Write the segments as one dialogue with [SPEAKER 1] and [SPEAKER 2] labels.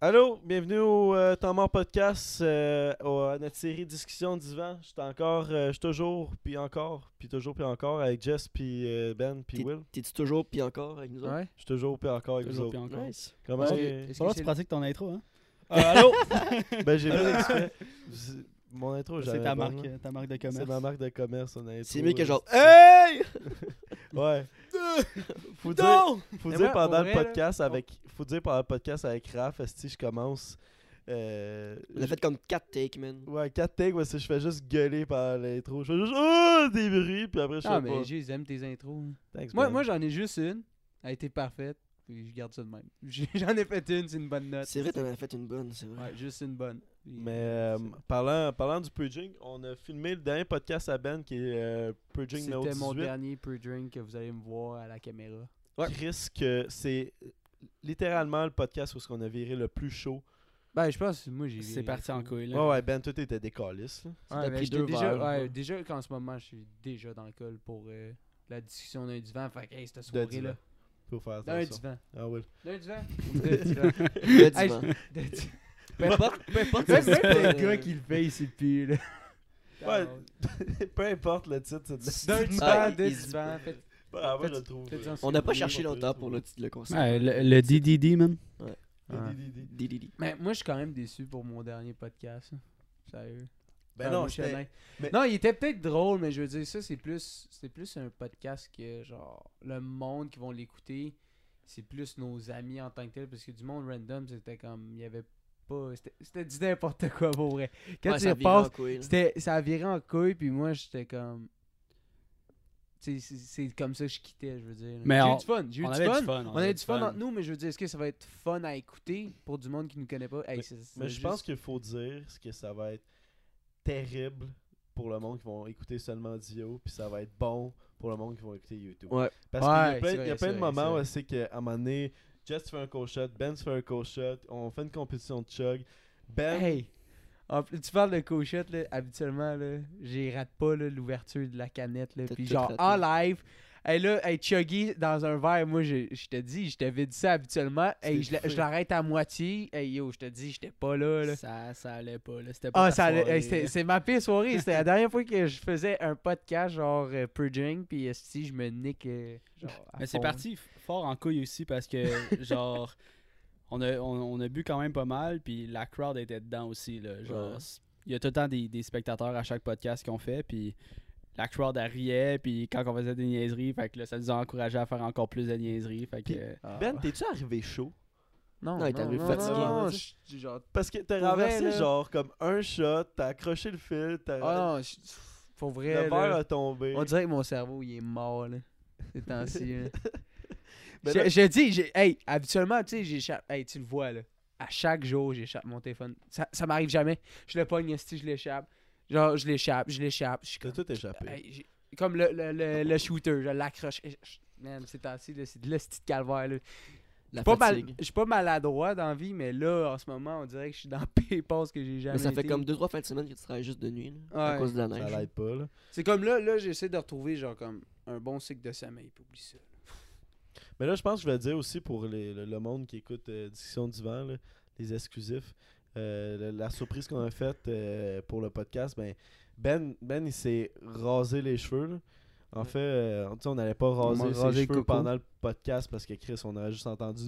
[SPEAKER 1] Allô, bienvenue au euh, Temps Mort Podcast, euh, au- à notre série Discussion Divan. Je suis encore, euh, je suis toujours, puis encore, puis toujours, puis encore avec Jess, puis euh, Ben, puis Will.
[SPEAKER 2] T'es-tu toujours puis encore avec nous autres?
[SPEAKER 3] Ouais.
[SPEAKER 1] Je suis toujours, puis encore avec vous
[SPEAKER 4] Toujours
[SPEAKER 1] autres.
[SPEAKER 4] puis encore.
[SPEAKER 2] Nice.
[SPEAKER 1] Comment
[SPEAKER 3] Est-ce
[SPEAKER 1] euh,
[SPEAKER 3] Faut que tu pratiques ton intro, hein?
[SPEAKER 1] euh, Allô Ben, j'ai fait exprès. Z- Mon intro, j'avais
[SPEAKER 3] C'est ta
[SPEAKER 1] pas,
[SPEAKER 3] marque,
[SPEAKER 1] là.
[SPEAKER 3] euh, ta marque de commerce.
[SPEAKER 1] C'est ma marque de commerce, on a
[SPEAKER 2] C'est mieux que genre
[SPEAKER 1] «
[SPEAKER 2] Hey!
[SPEAKER 1] Ouais. faut dire,
[SPEAKER 2] Non!
[SPEAKER 1] faut
[SPEAKER 4] Mais
[SPEAKER 1] dire
[SPEAKER 4] ouais,
[SPEAKER 1] pendant
[SPEAKER 4] pour
[SPEAKER 1] le
[SPEAKER 4] vrai, là, Oh.
[SPEAKER 1] podcast avec, faut dire pendant le podcast avec Raph, si je commence. Euh,
[SPEAKER 2] On a fait comme 4 takes, man.
[SPEAKER 1] Ouais, 4 takes, ouais, c'est- je fais juste gueuler par l'intro. Je fais juste oh, des bruits, puis après je fais pas.
[SPEAKER 4] Ah, mais j'ai- j'aime tes intros. hein.
[SPEAKER 1] Thanks,
[SPEAKER 4] Moi,
[SPEAKER 1] man.
[SPEAKER 4] moi j'en ai juste une. Elle a été parfaite. Puis je garde ça de même. J'ai- J'en ai fait une, c'est une bonne note.
[SPEAKER 2] C'est vrai, t'en as fait une bonne, c'est vrai.
[SPEAKER 4] Ouais, juste une bonne. Puis,
[SPEAKER 1] Mais euh,
[SPEAKER 4] euh,
[SPEAKER 1] parlant, parlant du purging, on a filmé le dernier podcast à Ben qui est euh,
[SPEAKER 4] c'est-
[SPEAKER 1] purging no
[SPEAKER 4] C'était mon
[SPEAKER 1] 18.
[SPEAKER 4] dernier pre-drink que vous allez me voir à la caméra.
[SPEAKER 1] Chris, que c'est littéralement le podcast où on a viré le plus chaud.
[SPEAKER 4] Ben, je pense, moi j'ai.
[SPEAKER 3] C'est parti en couille, là.
[SPEAKER 1] Ouais, ouais, Ben, tout était décaliste.
[SPEAKER 4] Ouais,
[SPEAKER 2] T'as
[SPEAKER 4] mais
[SPEAKER 2] pris
[SPEAKER 4] j'étais
[SPEAKER 2] deux
[SPEAKER 4] déjà,
[SPEAKER 2] verres,
[SPEAKER 4] ouais,
[SPEAKER 2] ouais.
[SPEAKER 4] déjà qu'en ce moment, je suis déjà dans le col pour euh, la discussion d'un divan. Fait que, hey, cette
[SPEAKER 1] De
[SPEAKER 4] soirée-là.
[SPEAKER 1] divan. Faut faire
[SPEAKER 4] D'un
[SPEAKER 1] attention.
[SPEAKER 4] divan.
[SPEAKER 1] Ah oui.
[SPEAKER 4] D'un divan. D'un divan.
[SPEAKER 2] Le
[SPEAKER 4] Hey,
[SPEAKER 2] divan.
[SPEAKER 4] D'un divan.
[SPEAKER 2] Peu importe, peu importe.
[SPEAKER 4] Même
[SPEAKER 2] si c'est pas,
[SPEAKER 4] le
[SPEAKER 2] euh,
[SPEAKER 4] gars qui le fait, il sait plus, là.
[SPEAKER 1] Ouais. Peu importe le titre, c'est de
[SPEAKER 2] Ah,
[SPEAKER 4] D'un divan,
[SPEAKER 2] il-
[SPEAKER 4] deux
[SPEAKER 2] il se dit
[SPEAKER 4] divans.
[SPEAKER 2] pas.
[SPEAKER 4] faites-
[SPEAKER 1] Ah, moi, je
[SPEAKER 4] Peut-être-
[SPEAKER 1] le trouve.
[SPEAKER 4] peut-être
[SPEAKER 1] euh,
[SPEAKER 4] en
[SPEAKER 2] On n'a pas
[SPEAKER 4] souvenir.
[SPEAKER 2] cherché longtemps pour le, le concept.
[SPEAKER 3] Ouais, le, le DDD, man.
[SPEAKER 4] Ah.
[SPEAKER 1] Di- di- di- di.
[SPEAKER 2] Di- di- di.
[SPEAKER 4] Mais moi, je suis quand même déçu pour mon dernier podcast. hein. Sérieux.
[SPEAKER 1] Ben
[SPEAKER 4] Ah,
[SPEAKER 1] non,
[SPEAKER 4] moi, je suis
[SPEAKER 1] c'était-
[SPEAKER 4] honnête.
[SPEAKER 1] mais-
[SPEAKER 4] Non, il était peut-être drôle, mais je veux dire, ça, c'est plus, c'est plus un podcast que, genre, le monde qui vont l'écouter, c'est plus nos amis en tant que tels, parce que du monde random, c'était comme, il y avait pas... C'était, c'était du n'importe quoi, pour vrai. Quand
[SPEAKER 2] Ouais,
[SPEAKER 4] tu y
[SPEAKER 2] ça vire en
[SPEAKER 4] repasses,
[SPEAKER 2] couille, là.
[SPEAKER 4] c'était, ça a viré en couille, puis moi, j'étais comme... Tu sais, c'est, c'est comme ça que je quittais, je veux dire.
[SPEAKER 3] Mais
[SPEAKER 4] j'ai
[SPEAKER 3] on-
[SPEAKER 4] eu du fun, j'ai eu
[SPEAKER 3] On
[SPEAKER 4] du
[SPEAKER 3] avait
[SPEAKER 4] fun.
[SPEAKER 3] du fun.
[SPEAKER 4] On a du fun entre nous, mais je veux dire, est-ce que ça va être fun à écouter pour du monde qui nous connaît pas Hey, c'est- c'est
[SPEAKER 1] Mais je
[SPEAKER 4] juste-
[SPEAKER 1] pense qu'il faut dire c'est que ça va être terrible pour le monde qui vont écouter seulement Dio, puis ça va être bon pour le monde qui vont écouter YouTube.
[SPEAKER 2] Ouais.
[SPEAKER 1] Parce qu'il y a
[SPEAKER 4] Ouais,
[SPEAKER 1] plein-
[SPEAKER 4] c'est
[SPEAKER 1] il y a plein,
[SPEAKER 4] vrai, c'est
[SPEAKER 1] de
[SPEAKER 4] vrai, c'est
[SPEAKER 1] moments où
[SPEAKER 4] vrai.
[SPEAKER 1] c'est qu'à un moment donné, Jess fait un cold shot, Ben fait un cold shot, on fait une compétition de chug. Ben,
[SPEAKER 4] Hey En plus, tu parles de cochette, là, habituellement, là, j'y rate pas là, l'ouverture de la canette, là,
[SPEAKER 2] T'as
[SPEAKER 4] puis
[SPEAKER 2] tout
[SPEAKER 4] genre
[SPEAKER 2] raté.
[SPEAKER 4] en live. Hey là, hey, chuggy dans un verre, moi je, je te dis, je t'avais dit ça habituellement. Hey, je,
[SPEAKER 1] C'était
[SPEAKER 4] l'a- je
[SPEAKER 1] fait.
[SPEAKER 4] l'arrête à moitié. Hey yo, je te dis, j'étais pas là. là.
[SPEAKER 3] Ça, ça allait pas, là. C'était pas
[SPEAKER 4] Ah,
[SPEAKER 3] ta
[SPEAKER 4] ça, allait-
[SPEAKER 3] soirée,
[SPEAKER 4] hey, c'était-
[SPEAKER 3] là.
[SPEAKER 4] c'est ma pire soirée. C'était la dernière fois que je faisais un podcast genre euh, purging, puis si je me nique. euh, genre, à
[SPEAKER 3] Mais c'est
[SPEAKER 4] fond,
[SPEAKER 3] parti f- fort en couille aussi parce que, genre, on a, on, on a bu quand même pas mal, puis la crowd était dedans aussi, là. Genre,
[SPEAKER 2] Ouais.
[SPEAKER 3] c- il y a tout le temps des, des spectateurs à chaque podcast qu'on fait, puis la crowd, elle riait, puis quand on faisait des niaiseries, fait que là, ça nous a encouragés à faire encore plus de niaiseries, fait
[SPEAKER 1] Puis-
[SPEAKER 3] que...
[SPEAKER 4] là. Ah.
[SPEAKER 1] ben t'es-tu arrivé chaud?
[SPEAKER 4] Non,
[SPEAKER 2] Non, il est arrivé
[SPEAKER 4] non,
[SPEAKER 2] fatigué.
[SPEAKER 4] non, non, je- je- genre,
[SPEAKER 1] Parce que t'as
[SPEAKER 4] Pour
[SPEAKER 1] renversé
[SPEAKER 4] vrai, là.
[SPEAKER 1] genre comme un shot, t'as accroché le fil, t'as...
[SPEAKER 4] ah non, je- pff, pour
[SPEAKER 1] euh, le
[SPEAKER 4] vrai,
[SPEAKER 1] verre
[SPEAKER 4] là,
[SPEAKER 1] a tombé.
[SPEAKER 4] on dirait que mon cerveau, il est mort, là, ces temps-ci. là.
[SPEAKER 1] Mais
[SPEAKER 4] je,
[SPEAKER 1] là-
[SPEAKER 4] je dis, j'ai- hey, habituellement, tu sais, j'échappe, hey, tu le vois, là, à chaque jour, j'échappe mon téléphone. Ça, ça m'arrive jamais. Je le pogne, si je l'échappe. Genre, je l'échappe, je l'échappe. Je suis
[SPEAKER 1] T'as
[SPEAKER 4] comme,
[SPEAKER 1] tout échappé.
[SPEAKER 4] hey, j'ai- comme le, le, le, le shooter, je l'accroche. Et je- Man, ces temps-ci, là, c'est de l'esti de calvaire, là. Je
[SPEAKER 2] La
[SPEAKER 4] suis pas mal-
[SPEAKER 2] fatigue.
[SPEAKER 4] je suis pas maladroit dans la vie, mais là, en ce moment, on dirait que je suis dans la pire passe que j'ai jamais
[SPEAKER 2] Mais ça fait
[SPEAKER 4] été.
[SPEAKER 2] comme 2-3 fins de semaine que tu travailles juste de nuit, là, à
[SPEAKER 4] Ouais.
[SPEAKER 2] cause de la
[SPEAKER 1] Ça
[SPEAKER 2] neige.
[SPEAKER 1] l'aide pas, là.
[SPEAKER 4] C'est comme là, là j'essaie de retrouver genre comme un bon cycle de sommeil, puis oublie ça.
[SPEAKER 1] Mais là, je pense que je vais dire aussi pour les- le, le monde qui écoute euh, Discussion du vent, là, les exclusifs, euh, la, la surprise qu'on a faite euh, pour le podcast, ben, ben, ben il s'est rasé les cheveux. là. En fait, euh, tu sais, on n'allait pas raser,
[SPEAKER 4] m'a
[SPEAKER 1] ses
[SPEAKER 4] rasé le
[SPEAKER 1] cheveux
[SPEAKER 4] coco.
[SPEAKER 1] pendant le podcast parce que Chris, on aurait juste entendu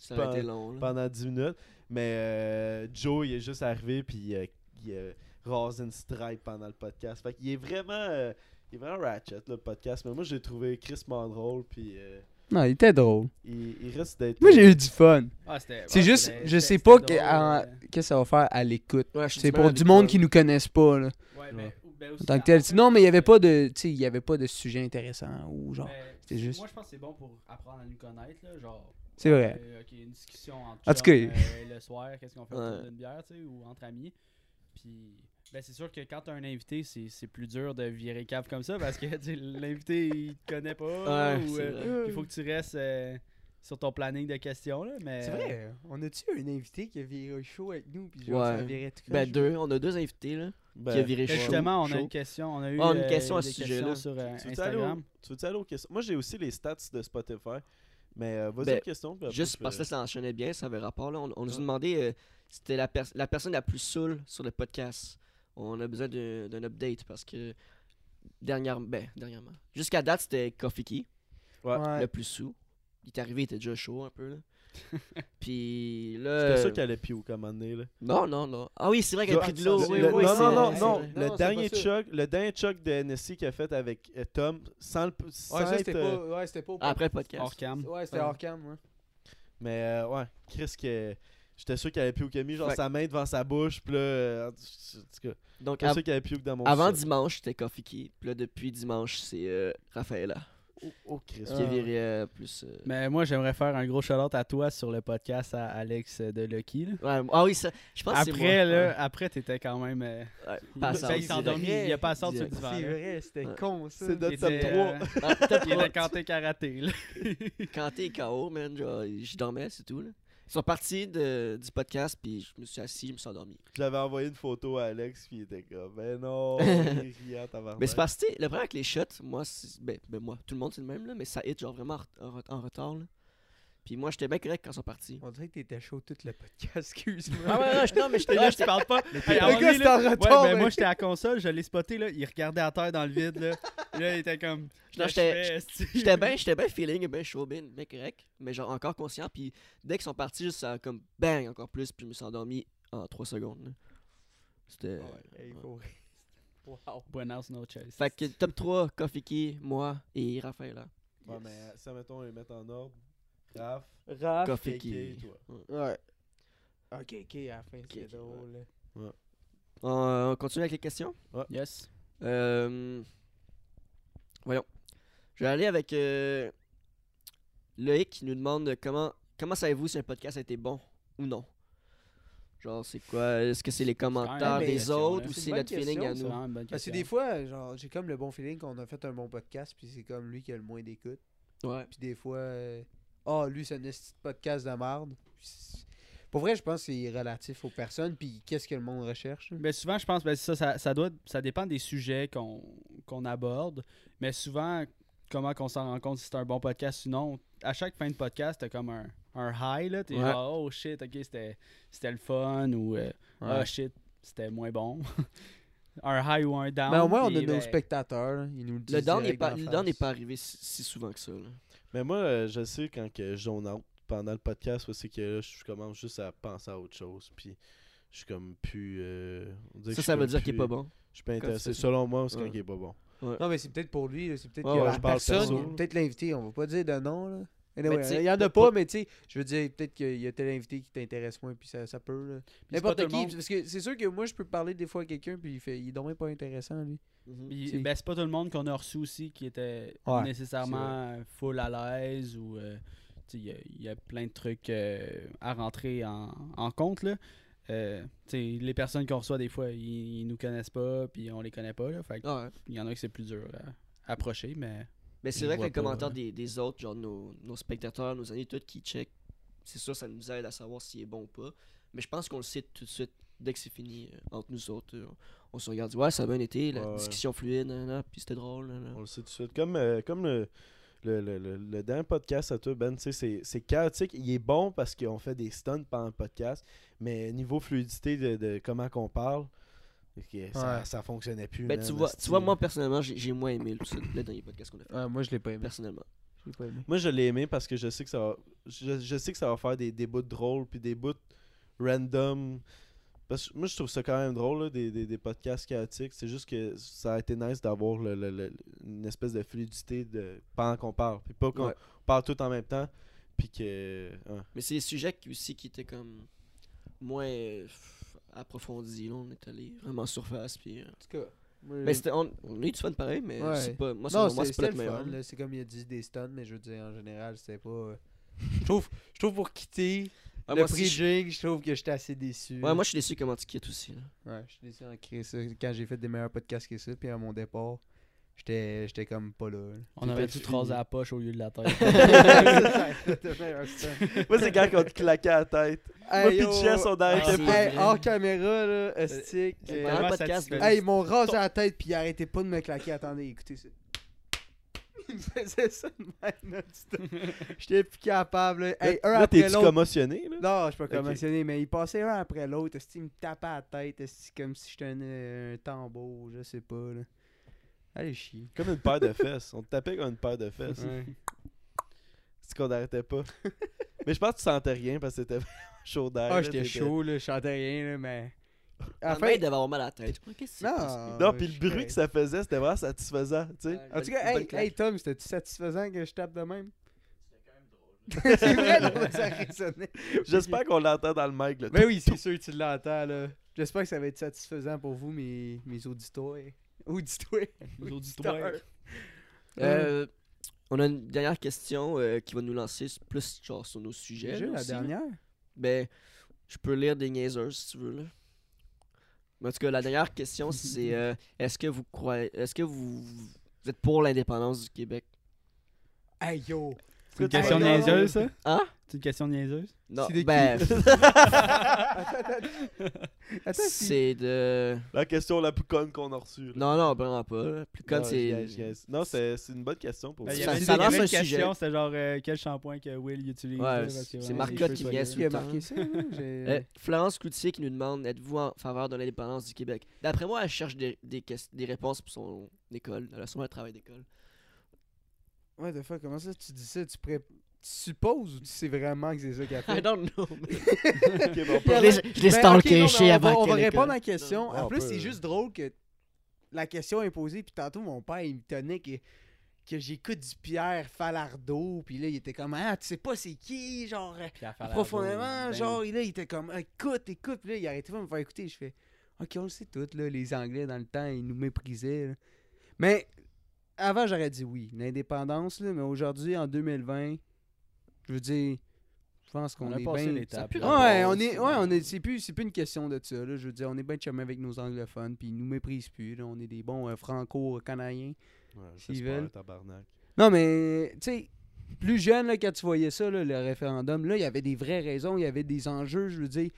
[SPEAKER 2] Ça
[SPEAKER 1] pendant,
[SPEAKER 2] a été
[SPEAKER 4] hein.
[SPEAKER 2] long, là.
[SPEAKER 1] pendant 10 minutes. Mais euh, Joe, il est juste arrivé puis euh, il a rasé une stripe pendant le podcast. Fait qu'il est vraiment... euh, il est vraiment ratchet, là, le podcast. Mais moi, j'ai trouvé Chris drôle, puis... euh,
[SPEAKER 4] Non, il était drôle.
[SPEAKER 1] il, il risque d'être.
[SPEAKER 4] Moi, j'ai eu du fun.
[SPEAKER 3] Ah, c'était...
[SPEAKER 4] C'est
[SPEAKER 3] ah,
[SPEAKER 4] juste,
[SPEAKER 3] c'était-
[SPEAKER 4] je sais
[SPEAKER 3] c'était-
[SPEAKER 4] pas que,
[SPEAKER 3] c'était drôle, euh,
[SPEAKER 4] en- qu'est-ce que ça va faire à l'écoute.
[SPEAKER 2] Ouais, je suis
[SPEAKER 4] C'est
[SPEAKER 2] mal
[SPEAKER 4] pour
[SPEAKER 2] avec
[SPEAKER 4] du monde
[SPEAKER 2] toi,
[SPEAKER 4] qui nous connaissent pas, là,
[SPEAKER 3] Ouais, mais- ben aussi,
[SPEAKER 4] en tant que
[SPEAKER 3] en
[SPEAKER 4] tel.
[SPEAKER 3] fait,
[SPEAKER 4] Non, mais il y avait pas de, tu sais, il y avait pas de sujet intéressant ou genre.
[SPEAKER 3] mais
[SPEAKER 4] c'est juste-
[SPEAKER 3] Moi, je pense que c'est bon pour apprendre à nous connaître, là, genre...
[SPEAKER 4] C'est vrai.
[SPEAKER 3] Euh, ok, une discussion entre
[SPEAKER 4] En tout
[SPEAKER 3] chums,
[SPEAKER 4] cas-
[SPEAKER 3] euh, le soir, qu'est-ce qu'on fait autour
[SPEAKER 2] Ouais.
[SPEAKER 3] d'une bière, tu sais, ou entre amis. Puis, ben, c'est sûr que quand t'as un invité, c'est c'est plus dur de virer cave comme ça parce que tu sais, l'invité, il te connaît pas.
[SPEAKER 2] Ouais,
[SPEAKER 3] ou,
[SPEAKER 2] c'est
[SPEAKER 3] euh,
[SPEAKER 2] vrai.
[SPEAKER 3] il faut que tu restes euh, sur ton planning de questions, là, mais...
[SPEAKER 4] C'est vrai. On a-tu un invité qui a viré chaud avec nous, puis genre
[SPEAKER 2] Ouais.
[SPEAKER 4] ça virait tout
[SPEAKER 2] Ben
[SPEAKER 4] croche?
[SPEAKER 2] deux, on a deux invités, là,
[SPEAKER 1] Ben,
[SPEAKER 2] qui a viré
[SPEAKER 3] Mais
[SPEAKER 2] chaud.
[SPEAKER 3] justement, on a
[SPEAKER 2] chaud.
[SPEAKER 3] une question, on a eu
[SPEAKER 2] Ah, une
[SPEAKER 3] euh,
[SPEAKER 2] question à
[SPEAKER 3] des
[SPEAKER 2] ce
[SPEAKER 3] questions
[SPEAKER 2] sujet-là.
[SPEAKER 3] sur euh,
[SPEAKER 1] Tu veux-tu aller au-
[SPEAKER 3] Instagram.
[SPEAKER 1] Tu veux-tu aller aux questions Moi, j'ai aussi les stats de Spotify. Mais euh, vas-y,
[SPEAKER 2] Ben,
[SPEAKER 1] question. puis après,
[SPEAKER 2] Juste
[SPEAKER 1] je
[SPEAKER 2] parce que
[SPEAKER 1] fais-
[SPEAKER 2] ça enchaînait bien, ça avait rapport. Là. On, on nous
[SPEAKER 1] Ah.
[SPEAKER 2] a demandé, euh, c'était la, pers- la personne la plus saoule sur le podcast. On a besoin d'un d'un update parce que dernièrement, ben, dernièrement. Jusqu'à date, c'était Coffee Key,
[SPEAKER 1] Ouais.
[SPEAKER 2] le plus saoul. Il est arrivé, il était déjà chaud un peu. Là. Puis
[SPEAKER 1] J'étais
[SPEAKER 2] là.
[SPEAKER 1] sûr qu'elle allait pio comme un moment donné, là.
[SPEAKER 2] Non, non, non. Ah oui, c'est vrai qu'elle a
[SPEAKER 1] Le-
[SPEAKER 2] Euh, pris de
[SPEAKER 1] le-
[SPEAKER 2] l'eau. oui, oui,
[SPEAKER 1] le- non,
[SPEAKER 2] c'est-
[SPEAKER 1] non, non,
[SPEAKER 2] c'est
[SPEAKER 1] non,
[SPEAKER 2] vrai.
[SPEAKER 4] Non,
[SPEAKER 1] Le
[SPEAKER 4] c'est
[SPEAKER 1] dernier
[SPEAKER 4] pas ça.
[SPEAKER 1] choc, le dernier choc de NSC qu'il a fait avec euh, Tom, sans le. sans
[SPEAKER 4] Ouais, ça,
[SPEAKER 1] être,
[SPEAKER 4] c'était
[SPEAKER 1] euh,
[SPEAKER 4] pas, ouais, c'était pas au
[SPEAKER 2] Après le podcast.
[SPEAKER 3] hors cam.
[SPEAKER 4] Ouais, c'était
[SPEAKER 2] Ouais.
[SPEAKER 4] hors cam, ouais.
[SPEAKER 1] Mais euh, ouais, Chris, que j'étais sûr qu'elle avait plus Camille, genre
[SPEAKER 2] Fait-
[SPEAKER 1] sa main devant sa bouche, pis là. euh, en tout en tout cas,
[SPEAKER 2] Donc,
[SPEAKER 1] j'étais
[SPEAKER 2] av-
[SPEAKER 1] sûr qu'elle avait plus que dans mon
[SPEAKER 2] avant
[SPEAKER 1] sol.
[SPEAKER 2] dimanche, c'était Coffee Key. Puis là, depuis dimanche, c'est euh, Raffaella
[SPEAKER 1] Oh, oh, Chris.
[SPEAKER 2] qui est
[SPEAKER 4] Ah.
[SPEAKER 2] viré euh, plus. euh,
[SPEAKER 3] Mais moi, j'aimerais faire un gros shout-out à toi sur le podcast à Alex de Lucky. là.
[SPEAKER 2] ouais, ah oui, ça, je pense que c'est moi.
[SPEAKER 3] Après, là,
[SPEAKER 2] Ouais.
[SPEAKER 3] après, t'étais quand même. euh,
[SPEAKER 2] Ouais,
[SPEAKER 3] il-
[SPEAKER 2] passante,
[SPEAKER 4] Ben,
[SPEAKER 3] ça, il s'est
[SPEAKER 2] direct.
[SPEAKER 3] endormi, il a pas sorti sur le
[SPEAKER 2] Direct.
[SPEAKER 3] divan. là.
[SPEAKER 4] vrai, c'était
[SPEAKER 2] Ouais.
[SPEAKER 4] con, ça.
[SPEAKER 1] C'est notre
[SPEAKER 3] Il
[SPEAKER 1] top
[SPEAKER 3] était,
[SPEAKER 1] 3.
[SPEAKER 3] euh,
[SPEAKER 2] Ah, top
[SPEAKER 3] il
[SPEAKER 2] trois.
[SPEAKER 3] était canté karaté, là.
[SPEAKER 2] Quand t'es KO, man, genre, je dormais, c'est tout. Là. Ils sont partis de, du podcast, puis je me suis assis, je me suis endormi.
[SPEAKER 1] Je l'avais envoyé une photo à Alex, pis il était comme, ben non, il riait tabarnak.
[SPEAKER 2] Mais c'est parce que, tu sais, le problème avec les shots, moi, c'est- ben, ben moi, tout le monde c'est le même, là, mais ça hit genre vraiment en, re- en retard. Là. Puis moi, j'étais bien correct quand ils sont partis.
[SPEAKER 4] On dirait que t'étais chaud tout le podcast, excuse-moi.
[SPEAKER 2] Ah ouais, non, je- non, mais j'étais
[SPEAKER 3] là,
[SPEAKER 2] là,
[SPEAKER 3] je te parle pas. Hey,
[SPEAKER 4] le
[SPEAKER 3] à un moment
[SPEAKER 4] gars,
[SPEAKER 3] donné,
[SPEAKER 4] c'était
[SPEAKER 3] là-
[SPEAKER 4] en retard. hein.
[SPEAKER 3] Ouais, mais
[SPEAKER 4] mais-
[SPEAKER 3] moi, j'étais à la console, je l'ai spoté, là. Il regardait à terre dans le vide, là. Et là, il était comme.
[SPEAKER 2] Non,
[SPEAKER 3] qu'est-ce que
[SPEAKER 2] j'étais-
[SPEAKER 3] je fais, esti?
[SPEAKER 2] J'étais bien, j'étais bien feeling, bien chaud, bien, bien correct, mais genre encore conscient. Puis dès qu'ils sont partis, juste ça a comme bang encore plus, puis je me suis endormi en 3 secondes. là. C'était.
[SPEAKER 4] Hey,
[SPEAKER 2] ouais.
[SPEAKER 4] pour- Wow.
[SPEAKER 3] Buenas noches.
[SPEAKER 2] Fait que top 3, Coffee Key, moi et Raphaël. hein. là.
[SPEAKER 1] Ouais, mais euh, ça, mettons, on les met en ordre. Raph,
[SPEAKER 4] Raph.
[SPEAKER 2] Coffee
[SPEAKER 1] Kéké,
[SPEAKER 2] Key.
[SPEAKER 1] toi.
[SPEAKER 4] Ouais. Ok, ok, à la fin, c'était
[SPEAKER 2] ok,
[SPEAKER 4] drôle. là.
[SPEAKER 2] On, on continue avec les questions.
[SPEAKER 3] Yes.
[SPEAKER 2] Euh, Voyons. Je vais aller avec euh, Loïc qui nous demande comment, comment savez-vous si un podcast a été bon ou non Genre, c'est quoi Est-ce que c'est les
[SPEAKER 3] Ah,
[SPEAKER 2] commentaires
[SPEAKER 4] mais-
[SPEAKER 2] des autres
[SPEAKER 3] C'est
[SPEAKER 2] ou
[SPEAKER 3] une
[SPEAKER 2] c'est
[SPEAKER 4] bonne
[SPEAKER 2] notre feeling
[SPEAKER 4] question,
[SPEAKER 2] à
[SPEAKER 3] C'est
[SPEAKER 2] nous
[SPEAKER 3] vraiment une bonne
[SPEAKER 4] Parce que
[SPEAKER 3] question. hein.
[SPEAKER 4] des fois, genre, j'ai comme le bon feeling qu'on a fait un bon podcast, puis c'est comme lui qui a le moins d'écoute.
[SPEAKER 2] Ouais.
[SPEAKER 4] Puis des fois, euh, ah, lui, c'est un esti de podcast de merde. Puis c'est- Pour vrai, je pense que c'est relatif aux personnes, puis qu'est-ce que le monde recherche. là.
[SPEAKER 3] Ben, souvent, je pense ben, ça, ça, ça doit, ça dépend des sujets qu'on qu'on aborde. Mais souvent, comment qu'on s'en rend compte si c'est un bon podcast ou non. À chaque fin de podcast, t'as comme un, un high. là. T'es
[SPEAKER 2] Ouais.
[SPEAKER 3] genre, oh shit, ok, c'était c'était le fun. Ou, euh, ah
[SPEAKER 2] Ouais.
[SPEAKER 3] shit, c'était moins bon. un high ou un down.
[SPEAKER 4] Mais au moins, on a
[SPEAKER 3] puis,
[SPEAKER 4] nos
[SPEAKER 3] ben,
[SPEAKER 4] spectateurs. là, Ils nous le disent.
[SPEAKER 2] Le down n'est
[SPEAKER 4] direct
[SPEAKER 2] pas,
[SPEAKER 4] d'en
[SPEAKER 2] le
[SPEAKER 4] face.
[SPEAKER 2] down n'est pas arrivé si, si souvent que ça. là.
[SPEAKER 1] Mais moi, euh, je sais quand que je zone out pendant le podcast, ouais, c'est que là, je commence juste à penser à autre chose. Puis je suis comme plus. euh, on dirait que je
[SPEAKER 2] Ça,
[SPEAKER 1] suis
[SPEAKER 2] ça veut
[SPEAKER 1] comme
[SPEAKER 2] dire
[SPEAKER 1] plus-
[SPEAKER 2] qu'il n'est pas bon.
[SPEAKER 1] Je suis pas
[SPEAKER 2] Quand
[SPEAKER 1] intéressé.
[SPEAKER 2] c'est-
[SPEAKER 1] Selon moi, c'est
[SPEAKER 2] Ouais.
[SPEAKER 1] quand il est pas bon.
[SPEAKER 4] Non, mais c'est peut-être pour lui. là, C'est peut-être
[SPEAKER 1] Ouais,
[SPEAKER 4] qu'il y a
[SPEAKER 1] ouais,
[SPEAKER 4] la
[SPEAKER 1] je parle
[SPEAKER 4] personne.
[SPEAKER 1] perso,
[SPEAKER 4] il y a
[SPEAKER 1] là.
[SPEAKER 4] Peut-être l'invité. On va pas dire de nom. Là. Anyway,
[SPEAKER 2] tu sais,
[SPEAKER 4] il y en a
[SPEAKER 2] pas-
[SPEAKER 4] pas,
[SPEAKER 2] pas-
[SPEAKER 4] mais tu sais, je veux dire, peut-être qu'il y a tel invité qui t'intéresse moins, puis ça, ça peut. là.
[SPEAKER 3] c'est pas
[SPEAKER 4] N'importe
[SPEAKER 3] tout le
[SPEAKER 4] qui.
[SPEAKER 3] monde.
[SPEAKER 4] Parce que c'est sûr que moi, je peux parler des fois à quelqu'un, puis il fait, il est donc bien pas intéressant, lui.
[SPEAKER 3] Puis,
[SPEAKER 4] C'est-
[SPEAKER 3] ben, c'est pas tout le monde qu'on a reçu aussi qui était
[SPEAKER 4] Ouais,
[SPEAKER 3] nécessairement full à l'aise ou euh, tu sais, il y a- il y, a plein de trucs euh, à rentrer en, en compte là. Euh, tu sais, les personnes qu'on reçoit des fois ils, ils nous connaissent pas puis on les connaît pas là. Fait que
[SPEAKER 2] Ah Ouais.
[SPEAKER 3] il y en a que c'est plus dur à approcher mais
[SPEAKER 2] Mais c'est
[SPEAKER 3] Je
[SPEAKER 2] vrai que
[SPEAKER 3] vois
[SPEAKER 2] les
[SPEAKER 3] pas,
[SPEAKER 2] commentaires
[SPEAKER 4] hein.
[SPEAKER 2] des,
[SPEAKER 3] ouais.
[SPEAKER 2] des autres, genre nos, nos spectateurs, nos amis, tout qui check, c'est sûr, ça nous aide à savoir s'il est bon ou pas. Mais je pense qu'on le sait tout de suite dès que c'est fini euh, entre nous autres. euh, on se regarde, dit, ouais, ça a bien été, la
[SPEAKER 1] Ouais, ouais.
[SPEAKER 2] discussion fluide, nanana, puis c'était drôle. nanana.
[SPEAKER 1] On le sait tout de suite. Comme, euh, comme le, le, le, le- le dernier podcast à toi, Ben, tu sais, c'est- c'est chaotique. Il est bon parce qu'on fait des stunts pendant le podcast, mais niveau fluidité de, de comment qu'on parle, ok, ça,
[SPEAKER 4] Ouais.
[SPEAKER 1] ça fonctionnait plus.
[SPEAKER 2] Ben,
[SPEAKER 1] man,
[SPEAKER 2] tu vois,
[SPEAKER 1] hostie.
[SPEAKER 2] tu vois, moi personnellement, j'ai j'ai moins aimé le, le dernier podcast qu'on a fait.
[SPEAKER 4] Ouais, Ah, moi, je l'ai pas aimé.
[SPEAKER 2] Personnellement.
[SPEAKER 4] Je l'ai pas aimé.
[SPEAKER 1] Moi, je l'ai aimé parce que je sais que ça va, je, je sais que ça va faire des, des bouts drôles puis des bouts random. Parce que moi, je trouve ça quand même drôle, là, des, des, des podcasts chaotiques. C'est juste que ça a été nice d'avoir le- le- le- une espèce de fluidité de, pendant qu'on parle. Puis pas qu'on
[SPEAKER 2] Ouais.
[SPEAKER 1] parle tout en même temps. Puis que. hein.
[SPEAKER 2] Mais c'est des sujets qui, aussi qui étaient comme moins euh, pff, approfondis. là. on est allé vraiment en surface. Puis, euh,
[SPEAKER 4] En tout cas. moi,
[SPEAKER 2] Mais c'était- on, on a eu du fun pareil, mais
[SPEAKER 4] Ouais.
[SPEAKER 2] c'est pas, moi,
[SPEAKER 4] non,
[SPEAKER 2] selon moi,
[SPEAKER 4] c'est
[SPEAKER 2] c'est pas
[SPEAKER 4] c'était
[SPEAKER 2] le
[SPEAKER 4] le fun.
[SPEAKER 2] meilleur.
[SPEAKER 4] là. C'est comme il a dit des stuns, mais je veux dire, en général, c'était pas. euh, Je trouve, je trouve pour quitter
[SPEAKER 2] Ah,
[SPEAKER 4] le
[SPEAKER 2] moi, si
[SPEAKER 4] prix
[SPEAKER 2] je-
[SPEAKER 4] Jig, je trouve que j'étais assez déçu.
[SPEAKER 2] Ouais, moi je suis déçu comment tu quittes aussi. là.
[SPEAKER 4] Ouais, je suis déçu en créer ça. Quand j'ai fait des meilleurs podcasts que ça, puis à mon départ, j'étais j'étais comme pas là.
[SPEAKER 3] on aurait
[SPEAKER 1] t'as
[SPEAKER 3] dû te
[SPEAKER 1] fini.
[SPEAKER 3] raser la poche au lieu de la tête.
[SPEAKER 1] moi, c'est quand on te claquait la tête. moi, puis Chess, on
[SPEAKER 2] Ah,
[SPEAKER 1] arrêtait
[SPEAKER 2] c'est-
[SPEAKER 1] pas.
[SPEAKER 4] Hey, hors caméra, là, estique.
[SPEAKER 2] C'est
[SPEAKER 4] euh,
[SPEAKER 2] vraiment
[SPEAKER 3] satisfait.
[SPEAKER 2] podcast.
[SPEAKER 4] Hey, ils m'ont rasé la tête, puis ils arrêtaient pas de me claquer. Attendez, écoutez ça. me faisait ça de même, là, du temps. J'étais plus capable. là. Hey, un
[SPEAKER 1] là,
[SPEAKER 4] après
[SPEAKER 1] t'es-tu
[SPEAKER 4] l'autre.
[SPEAKER 1] commotionné, là?
[SPEAKER 4] Non, je suis pas
[SPEAKER 1] Ok.
[SPEAKER 4] commotionné, mais il passait un après l'autre. esti, Il me tapait à la tête, esti, comme si j'étais un, euh, un tambour, je sais pas. Là. Allez, chier.
[SPEAKER 1] Comme une paire de fesses. On te tapait comme une paire de fesses.
[SPEAKER 4] Ouais.
[SPEAKER 1] C'est qu'on n'arrêtait pas. Mais je pense que tu sentais rien parce que t'étais vraiment chaud d'air.
[SPEAKER 4] Ah,
[SPEAKER 1] là,
[SPEAKER 4] j'étais
[SPEAKER 1] t'étais-
[SPEAKER 4] chaud, là, je chantais rien, là, mais.
[SPEAKER 2] La
[SPEAKER 4] En
[SPEAKER 2] main, il
[SPEAKER 4] fait,
[SPEAKER 2] devait avoir mal à la tête. Oh, qu'est-ce qui s'est passé?
[SPEAKER 4] non.
[SPEAKER 1] Non, puis le
[SPEAKER 4] Ah, je
[SPEAKER 1] bruit
[SPEAKER 4] serais-
[SPEAKER 1] que ça faisait, c'était vraiment satisfaisant, tu sais.
[SPEAKER 4] En
[SPEAKER 2] Une
[SPEAKER 4] tout
[SPEAKER 2] bonne-
[SPEAKER 4] cas,
[SPEAKER 2] une
[SPEAKER 4] hey,
[SPEAKER 2] bonne claque.
[SPEAKER 4] hey, Tom, c'était-tu satisfaisant que je tape de même? C'était quand même drôle. c'est vrai, non, mais ça résonnait.
[SPEAKER 1] J'espère qu'on l'entend dans le mic, là.
[SPEAKER 4] Mais oui, c'est sûr que tu l'entends, là. J'espère que ça va être satisfaisant pour vous, mes, mes auditeurs. Auditeurs.
[SPEAKER 3] Les auditoires.
[SPEAKER 2] Euh, on a une dernière question euh, qui va nous lancer s- plus genre, sur nos sujets.
[SPEAKER 4] Déjà,
[SPEAKER 2] là,
[SPEAKER 4] la
[SPEAKER 2] aussi, là.
[SPEAKER 4] dernière.
[SPEAKER 2] Ben, je peux lire des niaiseuses si tu veux. Là. Mais En tout cas, la dernière question, c'est euh, est-ce que vous croyez. Est-ce que vous, vous êtes pour l'indépendance du Québec
[SPEAKER 4] Hey, yo.
[SPEAKER 3] C'est une question
[SPEAKER 4] Hey, non.
[SPEAKER 3] niaiseuse, ça
[SPEAKER 2] Hein?
[SPEAKER 3] C'est une question niaiseuse
[SPEAKER 2] Non,
[SPEAKER 4] C'est de qui?
[SPEAKER 2] ben,
[SPEAKER 4] Attends, attends. Attends, si-
[SPEAKER 2] c'est de.
[SPEAKER 1] La question la plus conne qu'on a reçue. là.
[SPEAKER 2] Non, non, vraiment pas. là. Plus
[SPEAKER 1] Non,
[SPEAKER 2] comme
[SPEAKER 1] je niaise, je
[SPEAKER 2] c'est.
[SPEAKER 1] niaise. Non, c'est c'est une bonne question pour
[SPEAKER 3] Ben, Il y
[SPEAKER 1] vrai.
[SPEAKER 2] Ça-
[SPEAKER 3] avait
[SPEAKER 2] ça
[SPEAKER 3] il
[SPEAKER 2] lance
[SPEAKER 3] y avait
[SPEAKER 2] un
[SPEAKER 3] une
[SPEAKER 2] sujet.
[SPEAKER 3] question, c'était genre euh, quel shampoing que Will utilise.
[SPEAKER 2] Ouais,
[SPEAKER 3] là, parce
[SPEAKER 2] c'est-
[SPEAKER 3] que
[SPEAKER 2] c'est
[SPEAKER 3] vraiment,
[SPEAKER 2] Marcotte
[SPEAKER 3] les
[SPEAKER 2] qui
[SPEAKER 3] cheveux
[SPEAKER 2] vient
[SPEAKER 3] soyeux.
[SPEAKER 2] sous-
[SPEAKER 4] qui a
[SPEAKER 2] tout le
[SPEAKER 4] marqué ça, là? J'ai-
[SPEAKER 2] Eh, Florence Coutier qui nous demande êtes-vous en faveur de l'indépendance du Québec D'après moi, elle cherche des, des, ques- des réponses pour son école. Elle a sûrement un travail d'école.
[SPEAKER 4] Ouais, de fois, comment ça tu dis ça? Tu, pré- tu supposes ou tu sais vraiment que c'est ça qu'elle
[SPEAKER 2] I
[SPEAKER 4] fait?
[SPEAKER 2] don't know.
[SPEAKER 1] Ok, bon,
[SPEAKER 2] Je
[SPEAKER 1] pas-
[SPEAKER 2] l'ai- je l'ai
[SPEAKER 4] Ben, ok,
[SPEAKER 2] stalké
[SPEAKER 4] non,
[SPEAKER 2] chez
[SPEAKER 4] mais on
[SPEAKER 2] avant
[SPEAKER 4] va- On va
[SPEAKER 2] qu'elle école.
[SPEAKER 4] répondre à la question.
[SPEAKER 1] Ah,
[SPEAKER 4] En plus,
[SPEAKER 1] peu.
[SPEAKER 4] c'est juste drôle que la question est posée. Puis tantôt, mon père, il me tenait que, que j'écoute du Pierre Falardeau. Puis là, il était comme, ah, tu sais pas c'est qui, genre, euh,
[SPEAKER 3] Pierre Falardeau,
[SPEAKER 4] profondément.
[SPEAKER 3] ben
[SPEAKER 4] genre,
[SPEAKER 3] oui.
[SPEAKER 4] et là, il était comme, écoute, écoute. Puis là, il arrêtait pas de me faire écouter. Je fais, ok, on le sait tout, là, les Anglais, dans le temps, ils nous méprisaient. là. Mais avant, j'aurais dit oui, l'indépendance, là, mais aujourd'hui, en 2020, je veux dire, je pense qu'on
[SPEAKER 3] On
[SPEAKER 4] est
[SPEAKER 3] a passé
[SPEAKER 4] bien-
[SPEAKER 3] l'étape.
[SPEAKER 2] plus
[SPEAKER 3] là.
[SPEAKER 2] rapport,
[SPEAKER 4] Ouais, on est,
[SPEAKER 2] c'est-
[SPEAKER 4] ouais, on est, c'est plus, c'est plus une question de ça. Là, je veux dire, on est bien chumés avec nos anglophones, puis ils nous méprisent plus. Là, on est des bons euh, franco-canadiens.
[SPEAKER 1] Ouais,
[SPEAKER 4] S'ils
[SPEAKER 1] j'espère,
[SPEAKER 4] veulent.
[SPEAKER 1] tabarnak.
[SPEAKER 4] Non, mais tu sais, plus jeune, là, quand tu voyais ça, là, le référendum, là, il y avait des vraies raisons, il y avait des enjeux. Je veux dire,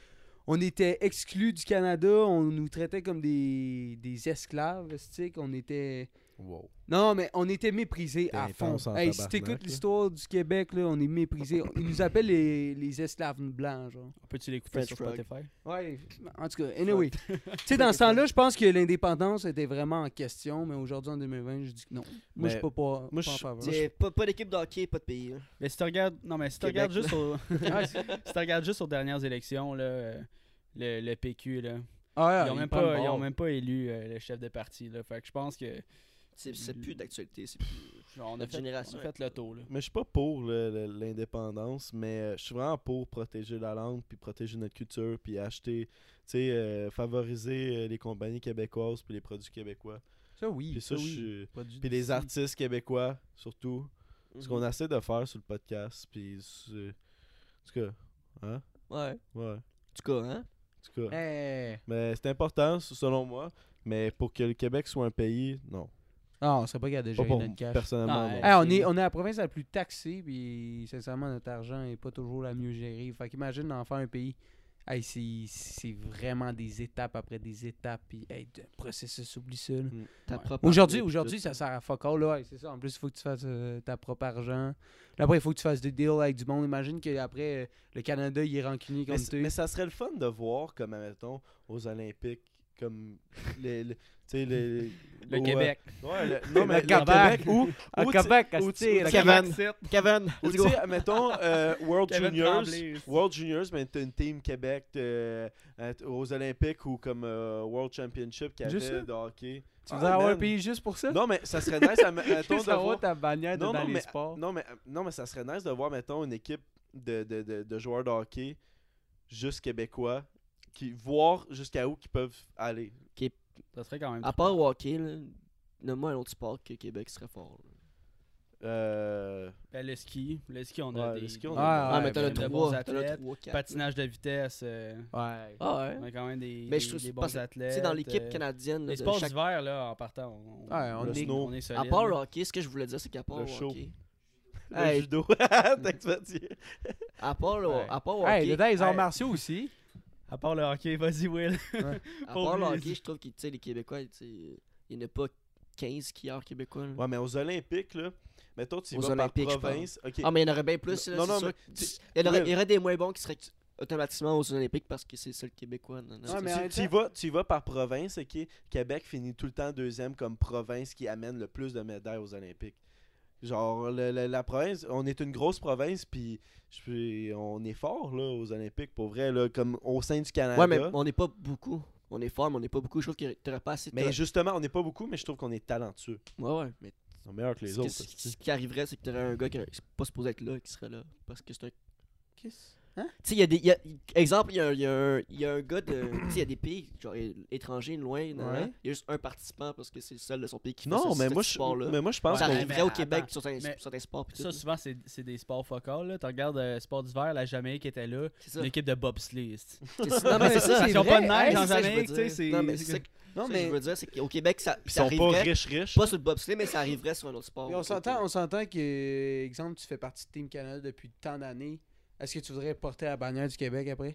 [SPEAKER 4] on était exclus du Canada, on nous traitait comme des, des esclaves, tu on était.
[SPEAKER 1] Wow.
[SPEAKER 4] Non, mais on était méprisés
[SPEAKER 1] C'était
[SPEAKER 4] à fond.
[SPEAKER 1] intense en
[SPEAKER 4] Hey, si
[SPEAKER 1] tabarnak,
[SPEAKER 4] t'écoutes
[SPEAKER 1] là.
[SPEAKER 4] l'histoire du Québec, là, on est méprisés. Ils nous appellent les, les esclaves blancs, genre.
[SPEAKER 3] Peux-tu l'écouter
[SPEAKER 2] French
[SPEAKER 3] sur
[SPEAKER 2] Frog.
[SPEAKER 3] Spotify
[SPEAKER 4] Ouais, en tout cas, anyway. tu sais, dans ce temps-là, je pense que l'indépendance était vraiment en question, mais aujourd'hui, en 2020, je dis que non. Moi, je suis
[SPEAKER 1] Mais
[SPEAKER 4] pas, pas,
[SPEAKER 1] moi,
[SPEAKER 4] pas en
[SPEAKER 1] je-
[SPEAKER 4] faveur.
[SPEAKER 2] C'est pas, pas d'équipe de hockey, pas de pays. hein. là.
[SPEAKER 3] Mais si tu regardes, non, mais si tu
[SPEAKER 2] Québec,
[SPEAKER 3] regardes juste aux,
[SPEAKER 4] Ah,
[SPEAKER 3] si tu regardes juste aux dernières élections là, euh, le, le PQ là,
[SPEAKER 4] Ah,
[SPEAKER 3] ils
[SPEAKER 4] il
[SPEAKER 3] ont même
[SPEAKER 4] prend le
[SPEAKER 3] pas, ils
[SPEAKER 4] bord.
[SPEAKER 3] ont même pas élu euh, le chef de parti là. Fait que je pense que
[SPEAKER 2] C'est c'est
[SPEAKER 3] Mm.
[SPEAKER 2] plus d'actualité. c'est plus-
[SPEAKER 3] genre, on a
[SPEAKER 2] Notre
[SPEAKER 3] fait,
[SPEAKER 2] génération
[SPEAKER 3] on a fait le tour là.
[SPEAKER 1] Mais je suis pas pour le- le- l'indépendance, mais euh, je suis vraiment pour protéger la langue, puis protéger notre culture, puis acheter, tu sais, euh, favoriser euh, les compagnies québécoises, puis les produits québécois.
[SPEAKER 4] Ça, oui.
[SPEAKER 1] Puis ça,
[SPEAKER 4] oui.
[SPEAKER 1] je suis-
[SPEAKER 4] Produit
[SPEAKER 1] Puis les
[SPEAKER 4] d'ici.
[SPEAKER 1] artistes québécois, surtout. Ce qu'on
[SPEAKER 2] Mhm.
[SPEAKER 1] essaie de faire sur le podcast, puis... sur- En tout cas, hein?
[SPEAKER 2] Hmm. Ouais. En
[SPEAKER 1] Ouais. En
[SPEAKER 2] tout cas, hein.
[SPEAKER 1] tout cas.
[SPEAKER 4] Eh.
[SPEAKER 1] Mais c'est important, s- selon moi, mais pour que le Québec soit un pays, non.
[SPEAKER 4] Ah, on serait pas capable de
[SPEAKER 1] Pas
[SPEAKER 4] gérer
[SPEAKER 1] pour
[SPEAKER 4] notre cash.
[SPEAKER 1] personnellement,
[SPEAKER 3] Ouais.
[SPEAKER 1] non.
[SPEAKER 3] Ah,
[SPEAKER 4] Eh, on, est, on est la province la plus taxée, puis sincèrement, notre argent est pas toujours la mieux gérée. Fait qu'imagine d'en faire un pays. Hey, c'est- c'est vraiment des étapes après des étapes, puis hey, de processus, oublie ça. là.
[SPEAKER 2] Ta
[SPEAKER 3] Ouais.
[SPEAKER 2] propre
[SPEAKER 4] Aujourd'hui,
[SPEAKER 2] armée,
[SPEAKER 4] aujourd'hui,
[SPEAKER 2] tout
[SPEAKER 4] ça sert à fuck all, là. Ouais, c'est ça. En plus, il faut que tu fasses euh, ta propre argent. Puis Après, il faut que tu fasses des deals avec du monde. Imagine qu'après, euh, le Canada, il est rancunier
[SPEAKER 1] Mais,
[SPEAKER 4] comme
[SPEAKER 1] c-
[SPEAKER 4] tu.
[SPEAKER 1] mais ça serait le fun de voir, comme, admettons, aux Olympiques, comme. Les, le- tu sais, les,
[SPEAKER 3] Le
[SPEAKER 1] au, euh,
[SPEAKER 3] Québec.
[SPEAKER 1] ouais, le- non, mais le
[SPEAKER 4] Québec.
[SPEAKER 1] Québec ou.
[SPEAKER 4] À
[SPEAKER 1] ou
[SPEAKER 4] Québec,
[SPEAKER 1] tu-
[SPEAKER 4] à
[SPEAKER 1] ou
[SPEAKER 4] ce tir,
[SPEAKER 1] tu-
[SPEAKER 4] là.
[SPEAKER 1] Québec.
[SPEAKER 2] Kevin. Kevin,
[SPEAKER 1] Ou
[SPEAKER 2] let's
[SPEAKER 1] tu
[SPEAKER 2] go.
[SPEAKER 1] sais, admettons, euh, World
[SPEAKER 3] Kevin
[SPEAKER 1] Juniors.
[SPEAKER 3] Tremblay, aussi.
[SPEAKER 1] World Juniors, mais t'as une team Québec euh, euh, aux Olympiques ou comme euh, World Championship qui avait
[SPEAKER 4] Juste ça?
[SPEAKER 1] de hockey.
[SPEAKER 4] Tu
[SPEAKER 1] Ah,
[SPEAKER 4] voudrais avoir un
[SPEAKER 1] man.
[SPEAKER 4] pays juste pour ça?
[SPEAKER 1] Non, mais ça serait nice, à- admettons,
[SPEAKER 4] Juste
[SPEAKER 1] de voir.
[SPEAKER 4] avoir ta bannière de
[SPEAKER 1] Non,
[SPEAKER 4] dans
[SPEAKER 1] non,
[SPEAKER 4] les
[SPEAKER 1] mais-
[SPEAKER 4] sports.
[SPEAKER 1] Non mais, non, mais ça serait nice de voir, mettons, une équipe de, de, de, de joueurs de hockey, juste québécois, qui voir jusqu'à où ils peuvent aller.
[SPEAKER 3] Ça serait quand même.
[SPEAKER 2] À part au hockey, là, nomme-moi un autre sport que Québec serait fort. là.
[SPEAKER 1] Euh,
[SPEAKER 3] Ben, le ski, le ski on
[SPEAKER 1] Ouais,
[SPEAKER 3] a des,
[SPEAKER 1] le ski, on
[SPEAKER 3] des-
[SPEAKER 1] a- Ah,
[SPEAKER 2] Ah,
[SPEAKER 1] ouais,
[SPEAKER 2] mais t'en as
[SPEAKER 1] ben, de
[SPEAKER 3] des
[SPEAKER 2] trois.
[SPEAKER 3] bons
[SPEAKER 2] T'en as
[SPEAKER 3] athlètes,
[SPEAKER 2] trois, quatre.
[SPEAKER 3] patinage de vitesse, euh,
[SPEAKER 4] Ouais.
[SPEAKER 2] Ah ouais.
[SPEAKER 3] on a quand même des,
[SPEAKER 2] Mais
[SPEAKER 3] des,
[SPEAKER 2] je trouve-
[SPEAKER 3] des
[SPEAKER 2] parce
[SPEAKER 3] bons
[SPEAKER 2] que,
[SPEAKER 3] athlètes.
[SPEAKER 2] Tu sais, dans l'équipe
[SPEAKER 3] euh,
[SPEAKER 2] canadienne, là,
[SPEAKER 3] Les
[SPEAKER 2] de
[SPEAKER 3] sports
[SPEAKER 2] chaque-
[SPEAKER 3] d'hiver là en partant, on,
[SPEAKER 4] Ouais, on
[SPEAKER 1] Le
[SPEAKER 3] est,
[SPEAKER 1] est-
[SPEAKER 3] on
[SPEAKER 1] snow.
[SPEAKER 3] est
[SPEAKER 2] à
[SPEAKER 3] solide.
[SPEAKER 2] part
[SPEAKER 3] là.
[SPEAKER 2] le hockey, ce que je voulais dire, c'est qu'à part
[SPEAKER 1] Le
[SPEAKER 2] au
[SPEAKER 1] show.
[SPEAKER 2] hockey.
[SPEAKER 1] le
[SPEAKER 2] Hey,
[SPEAKER 1] judo. T'as expatrié.
[SPEAKER 2] À part le-
[SPEAKER 4] Ouais.
[SPEAKER 2] à part au
[SPEAKER 4] Hey,
[SPEAKER 2] hockey,
[SPEAKER 4] le dans les arts
[SPEAKER 3] Hey.
[SPEAKER 4] martiaux aussi.
[SPEAKER 3] À part le hockey, vas-y Will.
[SPEAKER 2] à
[SPEAKER 3] pour
[SPEAKER 2] part le
[SPEAKER 3] lui,
[SPEAKER 2] hockey,
[SPEAKER 3] c'est-
[SPEAKER 2] je trouve que tu sais, les Québécois, tu sais, il n'y en a pas 15 skieurs québécois. là.
[SPEAKER 1] Ouais, mais aux Olympiques, là, Mettons, tu y
[SPEAKER 2] Aux
[SPEAKER 1] vas par
[SPEAKER 2] Olympiques, je
[SPEAKER 1] province. Ok.
[SPEAKER 2] Ah, mais il y en aurait bien plus. là,
[SPEAKER 1] Non,
[SPEAKER 2] c'est
[SPEAKER 1] non,
[SPEAKER 2] sûr.
[SPEAKER 1] mais
[SPEAKER 2] Tu-
[SPEAKER 1] tu-
[SPEAKER 2] il, y en aurait,
[SPEAKER 1] ouais.
[SPEAKER 2] il y aurait des moins bons qui seraient automatiquement aux Olympiques parce que c'est ça le Québécois. non, non,
[SPEAKER 4] Ouais,
[SPEAKER 2] c'est
[SPEAKER 4] Ah, mais
[SPEAKER 2] ça.
[SPEAKER 4] en
[SPEAKER 1] Tu,
[SPEAKER 4] même
[SPEAKER 1] tu y
[SPEAKER 4] temps-
[SPEAKER 1] vas, tu y vas par province, ok? Québec finit tout le temps deuxième comme province qui amène le plus de médailles aux Olympiques. Genre, le- le- la province, on est une grosse province, puis je suis- on est fort là, aux Olympiques, pour vrai, là, comme au sein du Canada.
[SPEAKER 2] Ouais, mais
[SPEAKER 1] mais,
[SPEAKER 2] on n'est pas beaucoup. On est fort, mais on n'est pas beaucoup. Je trouve qu'il t'aurais pas assez de ta-
[SPEAKER 1] justement, on n'est pas beaucoup, mais je trouve qu'on est talentueux.
[SPEAKER 2] Ouais, ouais. Mais
[SPEAKER 1] On est meilleur que les
[SPEAKER 2] ce,
[SPEAKER 1] autres.
[SPEAKER 2] que- ce-
[SPEAKER 1] hostie.
[SPEAKER 2] ce qui arriverait, c'est que t'aurais un gars qui n'est pas supposé être là qui serait là. Parce que c'est un. Tu
[SPEAKER 4] Qu'est-ce
[SPEAKER 2] sais, il y a des. il y a- exemple, il y a, un- il y a un- il y a un gars de. Tu sais, il y a des pays, genre é- étrangers, loin. nan, nan.
[SPEAKER 1] Ouais.
[SPEAKER 2] Il y a juste un participant parce que c'est le seul de son pays qui fait
[SPEAKER 1] Non,
[SPEAKER 2] ce-
[SPEAKER 1] mais
[SPEAKER 2] ce
[SPEAKER 1] moi, je,
[SPEAKER 2] sport-là.
[SPEAKER 1] mais moi, je pense
[SPEAKER 2] ça
[SPEAKER 3] Ouais,
[SPEAKER 1] qu'on-
[SPEAKER 3] mais-
[SPEAKER 2] arriverait au
[SPEAKER 3] attends,
[SPEAKER 2] Québec sur certains
[SPEAKER 3] mais-
[SPEAKER 2] sur certains sports. pis
[SPEAKER 3] Ça,
[SPEAKER 2] tout, là.
[SPEAKER 3] souvent, c'est c'est des sports focales. là. Tu regardes euh, Sport d'hiver, la Jamaïque était là.
[SPEAKER 2] C'est ça.
[SPEAKER 3] L'équipe de bobsleigh. esti.
[SPEAKER 2] Non, mais c'est ça.
[SPEAKER 4] c'est
[SPEAKER 3] Ils ont pas de
[SPEAKER 4] vrai,
[SPEAKER 3] neige
[SPEAKER 4] hey,
[SPEAKER 3] en
[SPEAKER 2] c'est ça que je veux
[SPEAKER 3] Jamaïque. tu sais,
[SPEAKER 2] dire.
[SPEAKER 3] c'est-
[SPEAKER 2] Non, mais c'est ça que-
[SPEAKER 4] Non,
[SPEAKER 2] ça que
[SPEAKER 4] mais
[SPEAKER 2] je veux dire, c'est qu'au Québec, ça,
[SPEAKER 1] Ils
[SPEAKER 2] ça
[SPEAKER 1] sont pas
[SPEAKER 2] arriverait.
[SPEAKER 1] riches, riches.
[SPEAKER 2] Pas sur le bobsleigh, mais ça arriverait sur un autre sport.
[SPEAKER 4] on s'entend, on s'entend que, exemple, tu fais partie de Team Canada depuis tant d'années. Est-ce que tu voudrais porter la bannière du Québec après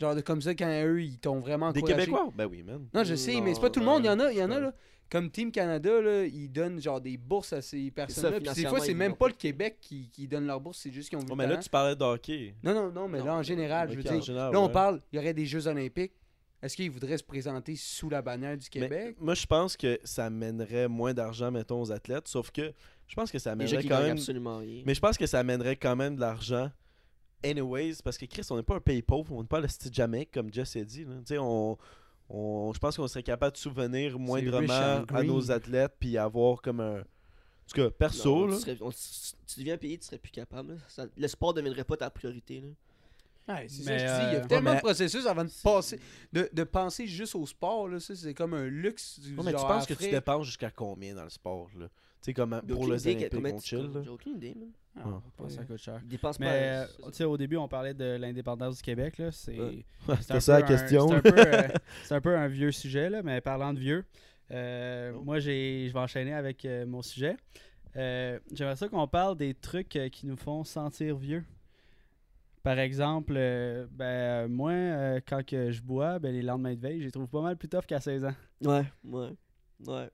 [SPEAKER 4] Genre, de, comme ça, quand eux, ils t'ont vraiment
[SPEAKER 1] Des
[SPEAKER 4] encouragé.
[SPEAKER 1] Québécois? Ben oui, man.
[SPEAKER 4] Non, je sais, mais c'est pas tout le
[SPEAKER 1] Non,
[SPEAKER 4] monde. Il y en a, il y en
[SPEAKER 1] ouais.
[SPEAKER 4] a là. Comme Team Canada, là, ils donnent genre des bourses à ces personnes-là. Puis des
[SPEAKER 2] financièrement,
[SPEAKER 4] fois, c'est
[SPEAKER 2] ils
[SPEAKER 4] même
[SPEAKER 2] vont
[SPEAKER 4] pas
[SPEAKER 2] pas.
[SPEAKER 4] le Québec qui, qui donne leur bourse, c'est juste qu'ils ont vu.
[SPEAKER 1] Oh,
[SPEAKER 4] le
[SPEAKER 1] mais là,
[SPEAKER 2] hein?
[SPEAKER 4] talent.
[SPEAKER 1] tu parlais de hockey.
[SPEAKER 4] Non, non, non, mais
[SPEAKER 2] Non,
[SPEAKER 4] là, en
[SPEAKER 2] mais-
[SPEAKER 4] général, Ah, je veux
[SPEAKER 1] Hockey en
[SPEAKER 4] dire.
[SPEAKER 1] général,
[SPEAKER 4] Là, on
[SPEAKER 1] ouais.
[SPEAKER 4] parle, il y aurait des Jeux Olympiques. Est-ce qu'ils voudraient se présenter sous la bannière du
[SPEAKER 1] Mais
[SPEAKER 4] Québec
[SPEAKER 1] moi, je pense que ça mènerait moins d'argent, mettons, aux athlètes. Sauf que je pense que ça
[SPEAKER 2] Les gens
[SPEAKER 1] mènerait
[SPEAKER 2] qui
[SPEAKER 1] quand
[SPEAKER 2] gagnent
[SPEAKER 1] même.
[SPEAKER 2] absolument rien.
[SPEAKER 1] Mais je pense que ça mènerait quand même de l'argent. Anyways, parce que Chris, on n'est pas un pays pauvre, on n'est pas le style Jamaïque, comme Jess a dit. là. Tu sais, on, on- je pense qu'on serait capable de souvenir
[SPEAKER 4] rich
[SPEAKER 1] moindrement
[SPEAKER 4] and
[SPEAKER 1] à nos
[SPEAKER 4] green.
[SPEAKER 1] athlètes, puis avoir comme un. En tout cas, perso,
[SPEAKER 2] Non, tu
[SPEAKER 1] là.
[SPEAKER 2] serais- on- tu- tu deviens payé, tu serais plus capable. là. Ça- le sport deviendrait pas ta priorité. là.
[SPEAKER 4] Ouais, c'est ça,
[SPEAKER 3] Mais,
[SPEAKER 4] je dis. Il y
[SPEAKER 3] euh,
[SPEAKER 4] a
[SPEAKER 3] ouais,
[SPEAKER 4] tellement
[SPEAKER 1] mais-
[SPEAKER 4] de processus avant de passer. De, de penser juste au sport, là, ça, c'est comme un luxe. du
[SPEAKER 1] Non, mais tu
[SPEAKER 4] genre,
[SPEAKER 1] penses que tu
[SPEAKER 4] après-
[SPEAKER 1] dépenses jusqu'à combien dans le sport, là? Tu sais, comme
[SPEAKER 2] J'ai
[SPEAKER 1] pour
[SPEAKER 2] aucune
[SPEAKER 1] les
[SPEAKER 2] idée
[SPEAKER 1] Olympiques,
[SPEAKER 2] combien
[SPEAKER 1] on
[SPEAKER 2] tu-
[SPEAKER 1] chill, là.
[SPEAKER 2] J'ai aucune idée. man.
[SPEAKER 4] Ah,
[SPEAKER 1] Ouais.
[SPEAKER 4] pas
[SPEAKER 3] Ça coûte cher.
[SPEAKER 2] Ils dépensent
[SPEAKER 3] Mais
[SPEAKER 2] pas.
[SPEAKER 3] euh, tu sais, au début, on parlait de l'indépendance du Québec. là, C'est
[SPEAKER 1] Ouais.
[SPEAKER 3] c'est un
[SPEAKER 1] C'était ça
[SPEAKER 3] peu
[SPEAKER 1] la
[SPEAKER 3] un-
[SPEAKER 1] question.
[SPEAKER 3] C'est un, peu, euh, c'est un peu un vieux sujet, là, mais parlant de vieux, euh,
[SPEAKER 1] Oh.
[SPEAKER 3] moi, j'ai- je vais enchaîner avec euh, mon sujet. Euh, J'aimerais ça qu'on parle des trucs euh, qui nous font sentir vieux. Par exemple, euh, ben, euh, moi, euh, quand que je bois, ben, les lendemains de veille, je les trouve pas mal plus tough qu'à 16 ans.
[SPEAKER 2] Ouais, ouais. Ouais.